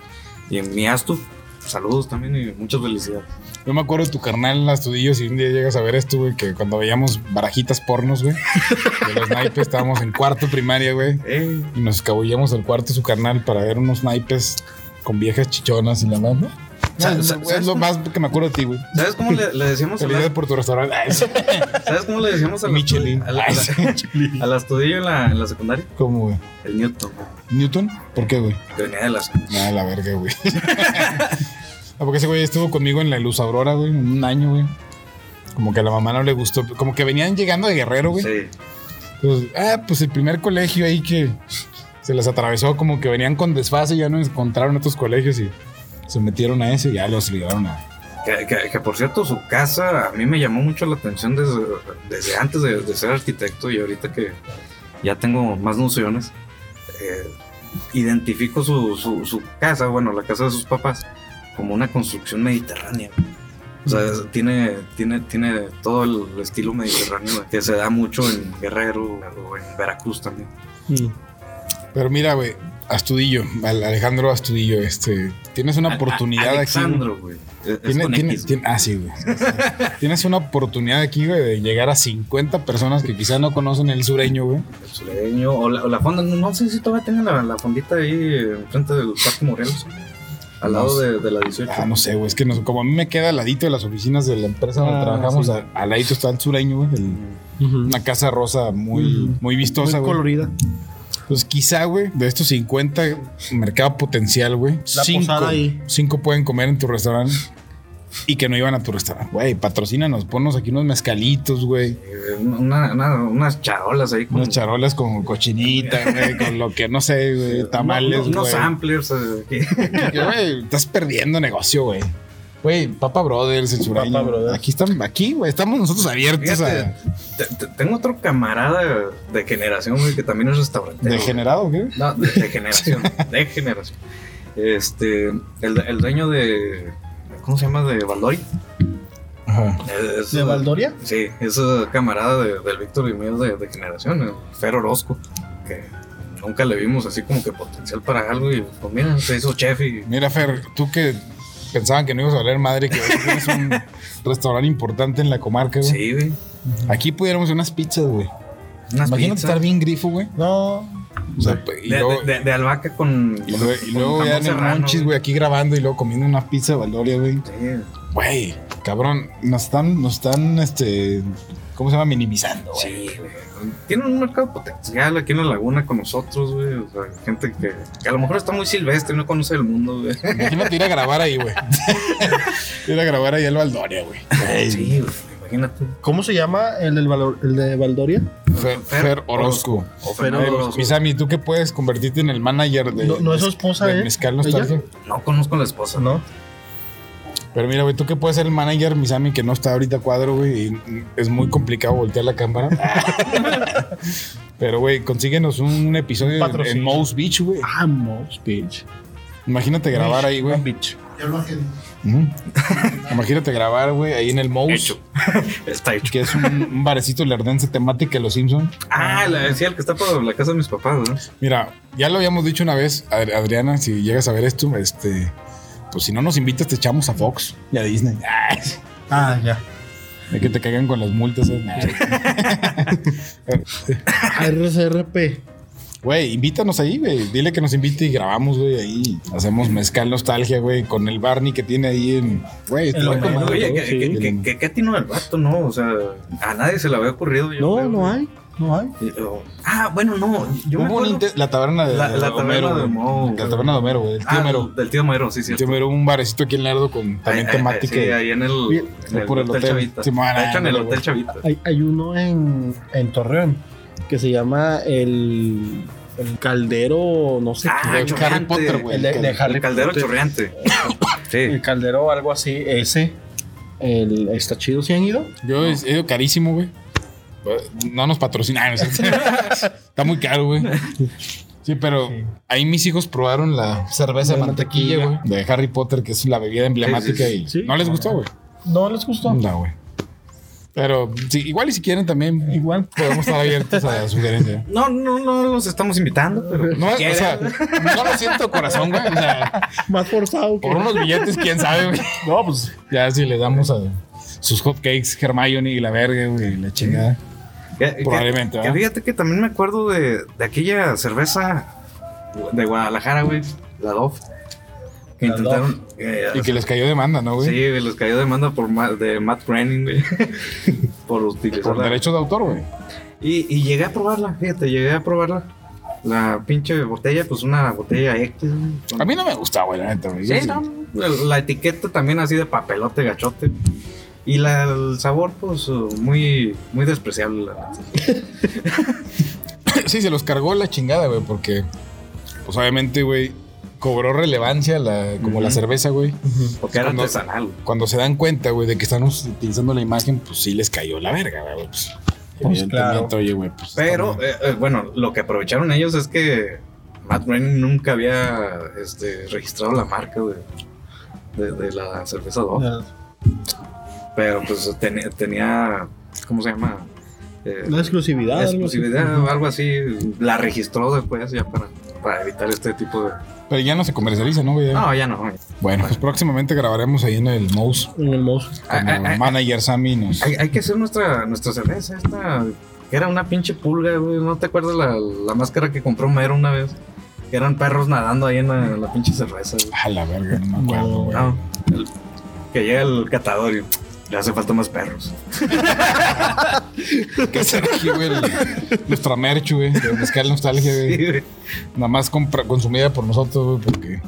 Y en mi Astu, saludos también y muchas felicidades. Yo me acuerdo de tu carnal Astudillo, si un día llegas a ver esto, güey, que cuando veíamos barajitas pornos, güey, de los naipes, estábamos en cuarto primaria, güey, Eh, y nos escabullíamos al cuarto de su carnal para ver unos naipes con viejas chichonas y la mamá. Sa- No, no, sa- güey, ¿sabes es lo cómo- más que me acuerdo de ti, güey. ¿Sabes cómo le, le decíamos a Felicidades la, por tu restaurante. Ay, sí, ¿Sabes cómo le decíamos a la, Michelin. a la- a Ay, la- sí, Michelin. al astudillo en la, en la secundaria? ¿Cómo, güey? El Newton, güey, ¿Newton? ¿Por qué, güey? que venía de las. Nada, la verga, güey. Ah, porque ese güey estuvo conmigo en la Luz Aurora, güey, un año, güey. Como que a la mamá no le gustó. Como que venían llegando de Guerrero, güey. Sí. Entonces, ah, pues el primer colegio ahí que se les atravesó, como que venían con desfase, ya no encontraron otros colegios y se metieron a ese y ya los ligaron a. Que, que- que, por cierto, su casa a mí me llamó mucho la atención desde, desde antes de, de ser arquitecto y ahorita que ya tengo más nociones, eh, identifico su, su, su casa, bueno, la casa de sus papás, como una construcción mediterránea. O sea, es- tiene, tiene, tiene todo el estilo mediterráneo que se da mucho en Guerrero o en Veracruz también. Pero mira, güey, Astudillo, al- Alejandro Astudillo, este, tienes una A- a- oportunidad aquí. Alexandro, güey. Es- es Tiene- con tiene- X, tiene- ah, sí, güey. tienes una oportunidad aquí, güey, de llegar a 50 personas que quizás no conocen el sureño, güey. El sureño, o la, o la fonda, no, no sé si todavía tengan la, la fondita ahí enfrente del Parque Morelos, al No lado sé. de, de la 18. Ah, no sé, güey. Es que nos- como a mí me queda al ladito de las oficinas de la empresa donde Ah, trabajamos, sí. a- al ladito está el sureño, güey. el- Una casa rosa muy, Ujú. muy vistosa, Muy güey. colorida. Pues quizá, güey, de estos 50 mercado potencial, güey. La posada ahí. cinco pueden comer en tu restaurante y que no iban a tu restaurante. Güey, patrocínanos, ponnos aquí unos mezcalitos, güey. Eh, una- una- unas charolas ahí. con- Unas charolas con cochinita, güey, con lo que no sé, güey, tamales, unos- güey. Unos samplers. eh, que- Porque, güey, estás perdiendo negocio, güey. Güey, Papa Brothers, el sureño. Papa Brothers. Aquí están, aquí, güey, estamos nosotros abiertos Fíjate, a te- te- tengo otro camarada de generación, güey, que también es restaurante. degenerado, güey. No, de, de generación, de generación. Este, el, el dueño de, ¿cómo se llama? De Valdori. Ajá. Es- ¿De Valdoria? Sí, es eh, camarada de- del Víctor y mío de, de generación, el Fer Orozco, que nunca le vimos así como que potencial para algo y pues mira, se hizo chef y Mira, Fer, tú que pensaban que no ibas a hablar madre, que ahora tienes un restaurante importante en la comarca, güey. sí, güey. Aquí pudiéramos unas pizzas, güey. Unas Imagínate pizzas estar bien grifo, güey. No. O sea, pe- y de, luego, de- de- de albahaca con... y luego- y con luego jamón ya en el serrano, Monchis, güey, aquí grabando y luego comiendo una pizza de Valoria, güey. Sí, Güey, cabrón, nos están, nos están, este, ¿cómo se llama? Minimizando, güey. sí, güey. tienen un mercado potencial aquí en la laguna con nosotros, güey. O sea, gente que, que a lo mejor está muy silvestre y no conoce el mundo, güey. Imagínate ir a grabar ahí, güey. ir a grabar ahí al Valdoria, güey. Sí, güey, imagínate. ¿Cómo se llama el, del Valor- el de Valdoria? Fer, Fer Orozco. O Fer Fernando Orozco. Orozco. Misami, ¿tú qué puedes convertirte en el manager de. No- no es su esposa, de ¿eh? Mezcal ¿Ella? Nostalgia? No conozco a la esposa, ¿no? ¿No? Pero mira, güey, tú que puedes ser el manager, Misami, que no está ahorita a cuadro, güey, y es muy complicado voltear la cámara. Pero, güey, consíguenos un episodio en, Patrocinio. en Mouse Beach, güey. Vamos, bitch. Imagínate grabar ahí, güey. Bitch. Ujú. Imagínate grabar, güey, ahí en el Mouse, Hecho. Está hecho. que es un, un barecito lerdense temática de los Simpsons. Ah, la decía el que está por la casa de mis papás, ¿no? Mira, ya lo habíamos dicho una vez, Ad- Adriana, si llegas a ver esto, este, pues si no nos invitas, te echamos a Fox y a Disney. Ay, Ah, ya. De que te caigan con las multas. eh. RCRP. Güey, invítanos ahí, güey. Dile que nos invite y grabamos, güey, ahí. Hacemos mezcal nostalgia, güey, con el Barney que tiene ahí en. Güey, está El con Homero, madre, Oye, todo, que, sí. que, que, que- que atino el vato, ¿no? O sea, a nadie se le había ocurrido. yo No, creo, no güey. hay. No hay. Y- o- Ah, bueno, no. Yo me Hubo un acuerdo- inte- la taberna de, La- de la taberna Homero, de güey. Mo, güey. La taberna de Homero, güey. El tío Ah, Homero. del tío Homero, sí, El cierto. tío Homero, un barecito aquí en Lerdo con también Ay, ay, temática. ay, sí, ahí en el, Bien. en el Por el hotel, hotel. Chavita. Sí, man, de hecho, en el ándale, hotel Chavita. Hay, hay uno en, en Torreón que se llama el, el caldero, no sé Ah, de yo- qué. Harry chorreante. Potter, güey. El de, de Harry El caldero Potter. chorreante. Sí. El caldero, algo así, ese. El, está chido, ¿sí han ido? Yo he he ido carísimo, güey. No nos patrocinan. o sea, Está muy caro, güey. Sí, pero Sí. ahí mis hijos probaron la cerveza de De mantequilla, güey. De Harry Potter, que es la bebida emblemática. sí, Y sí. no les gustó, güey. No les gustó. No, güey. Pero sí, igual y si quieren también, igual podemos estar abiertos a sugerencias. No, no, no los estamos invitando, pero. No, o sea, no lo siento corazón, güey. O sea, Más forzado que. por unos billetes, quién sabe, güey. No, pues. Ya si le damos a sus hotcakes, Hermione y la verga, güey, y la chingada. Que- que- Probablemente, que ¿verdad? fíjate que también me acuerdo de, de aquella cerveza de Guadalajara, güey. La Dove. Que La intentaron. eh, Y que les cayó demanda, ¿no, güey? Sí, los cayó demanda por Ma- de Matt Groening, güey. por utilizar Por la- derechos de autor, güey. Y, y llegué a probarla, fíjate, llegué a probarla. La pinche botella, pues una botella X. güey, con- A mí no me gusta, güey, la neta, güey. Sí, Yo sí. no, La, la etiqueta también así de papelote gachote. Y la- el sabor, pues, muy, muy despreciable. la neta. Sí, se los cargó la chingada, güey, porque, pues obviamente, güey, cobró relevancia la, como la Ujú. cerveza, güey. Porque era Cuando- artesanal. Cuando se dan cuenta, güey, de que están utilizando la imagen, pues sí les cayó la verga, güey. Pues, evidentemente, claro. oye, güey, pues. Pero, está eh, eh, bueno, lo que aprovecharon ellos es que Matt Groening nunca había este, registrado la marca güey, de, de la cerveza Dove. Pero pues ten- tenía, ¿cómo se llama? Eh, La exclusividad. algo así. exclusividad o algo así. La registró después ya para, para evitar este tipo de... bien. Pero ya no se comercializa, ¿no, güey? No, ya no. Bueno, pues próximamente grabaremos ahí en el Mouse. En el mouse. Con Ah, ah, el ah, manager Sammy nos. Hay, hay que hacer nuestra, nuestra cerveza esta. Que era una pinche pulga, güey. ¿No te acuerdas la, la máscara que compró Mero una vez? Que eran perros nadando ahí en la, en la pinche cerveza, güey. A la verga, no me acuerdo, No, güey. No, el- que llega el catador y le hace falta más perros. ¿Qué hacer aquí, güey? El- Nuestra merch, güey. De mezcal nostalgia, güey. Sí, güey. Nada más compra- consumida por nosotros, güey, porque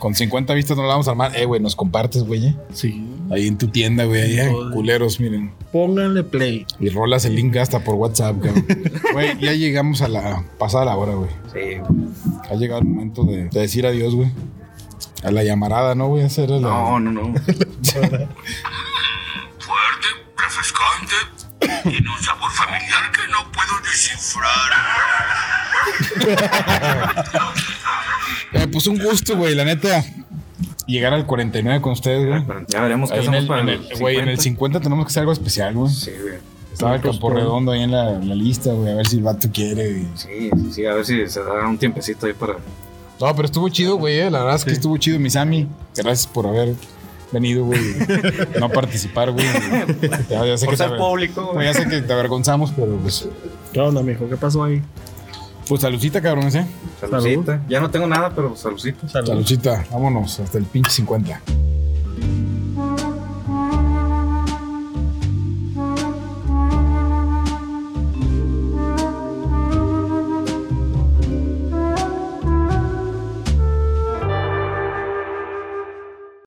con 50 vistas no la vamos a armar. Eh, güey, nos compartes, güey. eh. Sí. Ahí en tu tienda, güey. Ahí, eh, Joder. culeros, miren. Pónganle play. Y rolas el link hasta por WhatsApp, cabrón. Güey, ya llegamos a la pasada la hora, güey. Sí, güey. Ha llegado el momento de, de decir adiós, güey. A la llamarada, ¿no? Voy a hacer la... No, no, no. fuerte, refrescante, tiene un sabor familiar que no puedo descifrar. Eh, pues un gusto, güey, la neta. Llegar al 49 con ustedes, güey. Ya veremos qué Ahí en hacemos el, para en el el- güey, en el 50 tenemos que hacer algo especial, güey. Sí, güey. Estaba el campo redondo ahí en la, en la lista, güey. A ver si el vato quiere. güey. Sí, sí, sí, a ver si se da un tiempecito ahí para. No, pero estuvo chido, güey. eh. La verdad es que estuvo chido, Misami. Gracias por haber venido, güey. no participar, güey. Ya, ya sé Por que te ser aver- público, güey, güey. ya sé que te avergonzamos, pero pues. ¿Qué onda, mijo? ¿Qué pasó ahí? Pues saludcita, cabrones, eh. Saludcita. Ya no tengo nada, pero saludcita. Salud. Saludcita. Vámonos hasta el pinche 50.